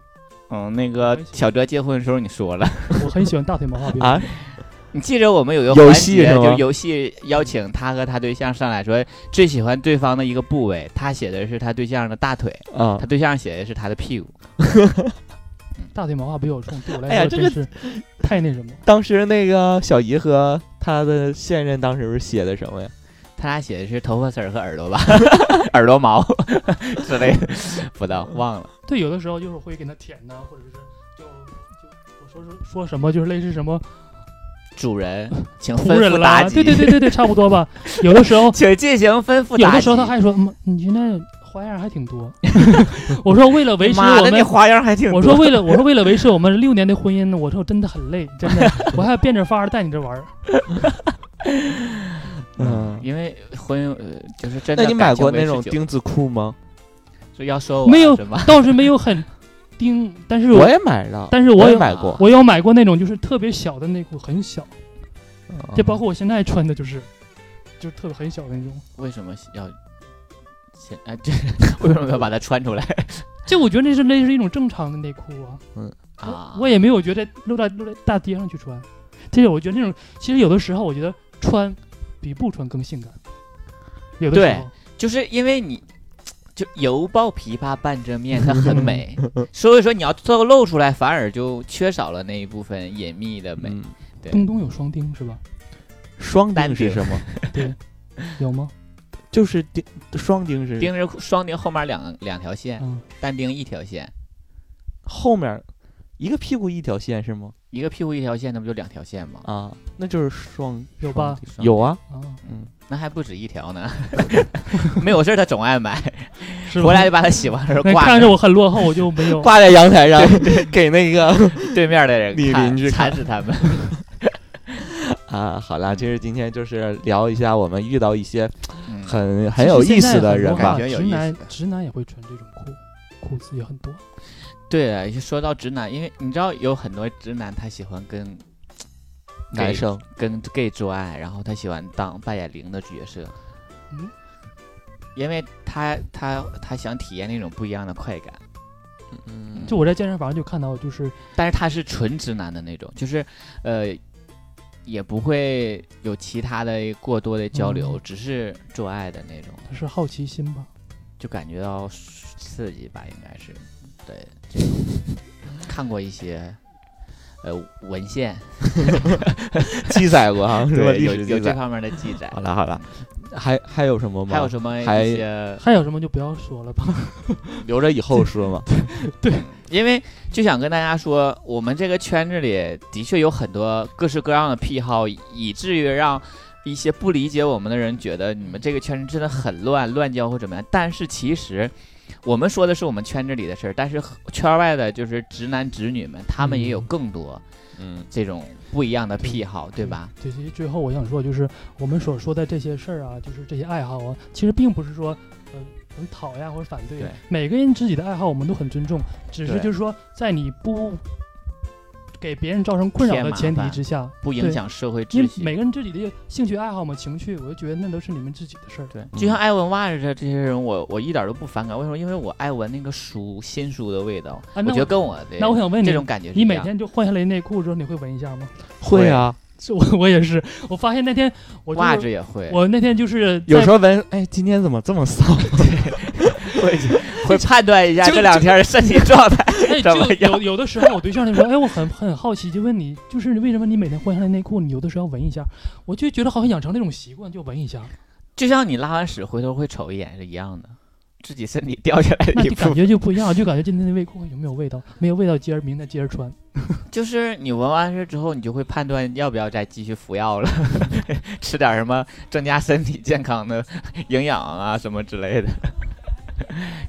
C: 嗯，那个小哲结婚的时候你说了，
D: 我很喜欢大腿毛发比较重。
B: 啊
C: 你记着我们有一个
B: 游
C: 环
B: 戏
C: 节，
B: 是吗
C: 就游戏邀请他和他对象上来说最喜欢对方的一个部位，他写的是他对象的大腿，
B: 啊
C: 他，对象写的是他的屁股。
D: 大腿毛发比较重，对我
B: 哎
D: 来
B: 呀
D: 说
B: 这个
D: 真是太那什么。
B: 当时那个小姨和她的现任当时是写的什么呀？
C: 他俩写的是头发丝儿和耳朵吧， 耳朵毛 之类的，不知道忘了。
D: 对，有的时候就是会给他舔呐、或者是就就我说是说什么，就是类似什么
C: 主人，请
D: 仆
C: 吩
D: 人
C: 咐
D: 啦，
C: 妲己。，
D: 对对对，对对，差不多 吧。有的时候
C: 请进行吩咐妲己。
D: 有的时候他还说，嗯，你现在花样还挺多。 我说为了维持
C: 妈
D: 我
C: 的，你
D: 们。
C: 花样还挺多。
D: 我说为了我说为了维持我们六年的婚姻，我说我真的很累，真的，我还要变着法儿带你这玩儿。
B: 嗯
C: 因为婚姻呃就是真的。
B: 那你买过那种？钉子裤吗？
C: 就要说我啊
D: 没有
C: 是吗？
D: 倒是没有很盯，但是
B: 我
D: 我
B: 也买了，
D: 但是我
B: 我也
D: 有
B: 买过，
D: 我有买过那种就是特别小的内裤，很小，这包
B: 括
D: 括我现在穿的就是，就是特别很小的那种。
C: 为什么要先啊？这 为什么要把它穿出来
D: 这我觉得那是那是一种正常的内裤啊，
C: 啊？
D: 我也没有觉得露在露在大街上去穿。这个我觉得那种其实有的时候我觉得穿比不穿更性感，有的时候
C: 就是因为你。就犹抱琵琶半遮面，它很美，所以说你要透露出来，反而就缺少了那一部分隐秘的美。
B: 嗯，
C: 对
D: 东东有双钉是吧？
B: 双
C: 单
B: 钉是
C: 钉
B: 什么？
D: 有吗？
B: 就是钉双钉是
C: 钉着裤双钉后面两两条线，
D: 嗯，
C: 单钉一条线，
B: 后面一个屁股一条线是吗？
C: 一个屁股一条线，那不就两条线吗？
B: 啊，那就是双
D: 有吧？
C: 双
B: 有啊，
D: 啊，
C: 那还不止一条呢， 没有事儿他总爱买，
D: 是吧
C: 回来就把他喜欢的时候
D: 那
C: 挂
D: 看
C: 着
D: 着我很落后，我就没 有。
B: 挂在阳台 上给那个
C: 对面的人
B: 李
C: 看
B: 邻居看
C: 惨死他们。
B: 啊，好啦，其实今天就是聊一下我们遇到一些
C: 嗯
B: 很很有意思的人吧
C: 其实现在很多，感觉有
D: 直
C: 意思嗯
D: 男直男也会穿这种裤，裤子也很多。
C: 对，说到直男，因为 你知道有很多直男他喜欢跟
B: 男生
C: 跟 gay 做爱，然后他喜欢当扮演零的角色，
D: 嗯
C: 因为他他他想体验那种不一样的快感，
B: 嗯，
D: 就我在健身房就看到，就是
C: 但是他是纯直男的那种，就是呃，也不会有其他的过多的交流，
D: 嗯
C: 只是做爱的那种，
D: 他是好奇心吧，
C: 就感觉到刺激吧，应该是对这种。看过一些呃文 献，
B: 记载过哈，是吧？
C: 对
B: 历
C: 有
B: 史
C: 有
B: 记
C: 这
B: 载。
C: 方面的记载。
B: 好了好了，还还有什么吗？
C: 还有什么
B: 还
C: 一些
D: 还有什么就不要说了吧。
B: 留着以后说 嘛。
C: 因为就想跟大家说，我们这个圈子里的确有很多各式各样的癖好，以至于让一些不理解我们的人觉得你们这个圈子真的很乱，乱交或怎么样。但是其实我们说的是我们圈子里的事儿，但是和圈外的就是直男直女们，他们也有更多
B: 嗯，
C: 这种不一样的癖好，对吧？
D: 对？其实最后我想说，就是我们所说的这些事儿啊，就是这些爱好啊，其实并不是说，呃，很讨厌或者反对
C: 对。
D: 每个人自己的爱好，我们都很尊重，只是
C: 对
D: 就是说，在你不给别人造成困扰
C: 添
D: 的
C: 麻
D: 前提
C: 烦
D: 之下，
C: 不影响社会
D: 因
C: 秩
D: 为
C: 序。
D: 每个人自己的兴趣爱好嘛、情趣，我就觉得那都是你们自己的事儿。
C: 对，
B: 嗯
C: 就像爱闻袜子这这些人，我我一点都不反感。为什么？因为我爱闻那个书新书的味道，
D: 啊那
C: 啊我觉
D: 我
C: 得跟我的
D: 那我想问你
C: 这种感觉是
D: 你
C: 一
D: 每
C: 样
D: 天就换下来内裤之后，你会闻一下吗？
B: 会啊，
D: 是我我也是，我发现那天我
C: 袜
D: 就是
C: 子也会，
D: 我那天就是在
B: 有时候闻，哎，今天怎么这么骚？
C: 会会判断 一下
D: 就
C: 这两天的身体状态。
D: 哎，
C: 怎么
D: 就
C: 样
D: 有有的时候，我对象就说：“哎，我很很好奇，就问你，就是为什么你每天换下来内裤，你有的时候要闻一下？”我就觉得好像养成那种习惯，就闻 一下，
C: 就像你拉完屎回头会瞅一眼是一样的，自己身体掉下来
D: 那
C: 的一
D: 就感
C: 部分。
D: 觉就不一样，就感觉今天的内裤有没有味道，没有味道接着明天接着 穿。
C: 就是你闻完事之后，你就会判断要不要再继续服药了， 吃点什么增加身体健康的营养啊什么之类的。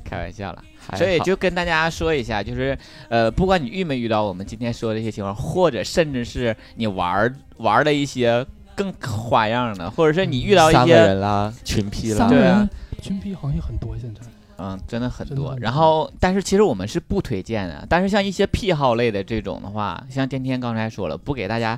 C: 开玩笑啦， 所以就跟大家说一下，就是呃，不管你遇没遇到我们今天说的一些情况，或者甚至是你玩儿玩儿的一些更花样的，或者是你遇到
B: 三
C: 一
B: 个
C: 些
B: 人啦，群批
D: 三
B: 啦
D: 个，
C: 对啊
D: 人群批好像很多现在，
C: 嗯，真的很
D: 真的
C: 多
D: 很。
C: 然
D: 多
C: 后，但是其实我们是不推荐的。但是像一些癖好类的这种的话，像天天刚才说了，不给大家，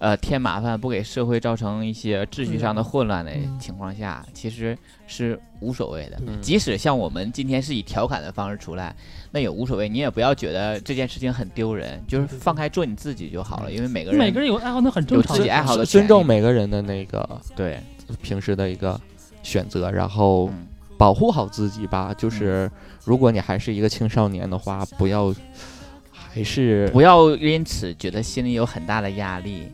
C: 呃，添麻烦，不给社会造成一些秩序
D: 对
C: 上的混乱的
D: 嗯
C: 情况下，其实是无所谓的。
B: 嗯
C: 即使像我们今天是以调侃的方式出来，那也无所谓，你也不要觉得这件事情很丢人，就是
D: 对对
C: 放开做你自己就好了，因为每个人
D: 每个人有爱好那很正
C: 有
D: 常
C: 自己爱好的
B: 尊
C: 权
B: 重
C: 利
B: 每个人的那个
C: 对，
B: 平时的一个选择，然后
C: 嗯，
B: 保护好自己吧。就是如果你还是一个青少年的话，不要还是
C: 不要因此觉得心里有很大的压力，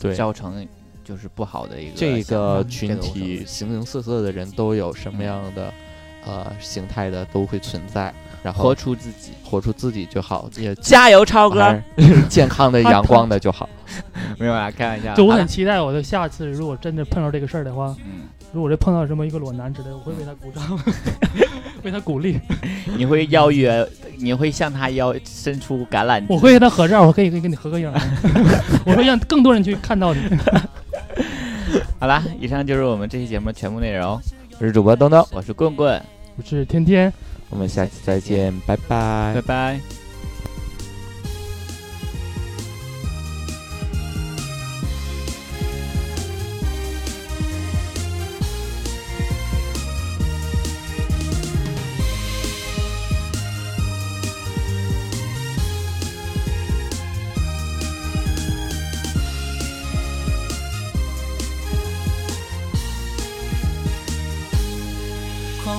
B: 对
C: 造成就是不好的一个
B: 这
C: 想
B: 个
D: 嗯
C: 这
B: 群
C: 个我懂
B: 体形形色色的人都有什么样的呃形态的都会存在，然后
C: 活出自己。
B: 活出自己就好，也
C: 加油，超哥！
B: 还是健康 的、阳光的就好。
C: 哎没有啦，开玩笑。
D: 就我
C: 好
D: 很
C: 了
D: 期待我的下次，如果真的碰到这个事儿的话，
C: 嗯，
D: 如果这碰到什么一个裸男之类的，我会为他鼓 掌，为他鼓励，
C: 你会邀约，你会向他邀伸出橄榄枝。
D: 我会跟他合照，我可以跟跟你合个 影，我会让更多人去看到你。
C: 好啦，以上就是我们这期节目的全部内容。
B: 我是主播东东，
C: 我是棍棍，
D: 我是天天。
B: 我们下期再见，拜拜
C: 拜。拜。
E: 狂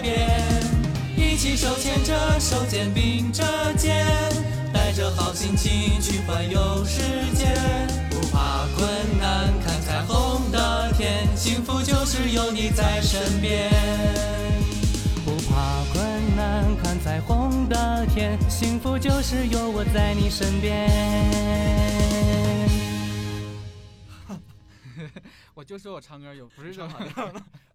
E: 变。一起手牵着手，肩并着肩，带着好心情去环游世界，不怕困难，看彩虹的天，幸福就是有你在身边。不怕困难，看彩虹的天，幸福就是有我在你身边。
F: 我就说我唱歌有不是正好的，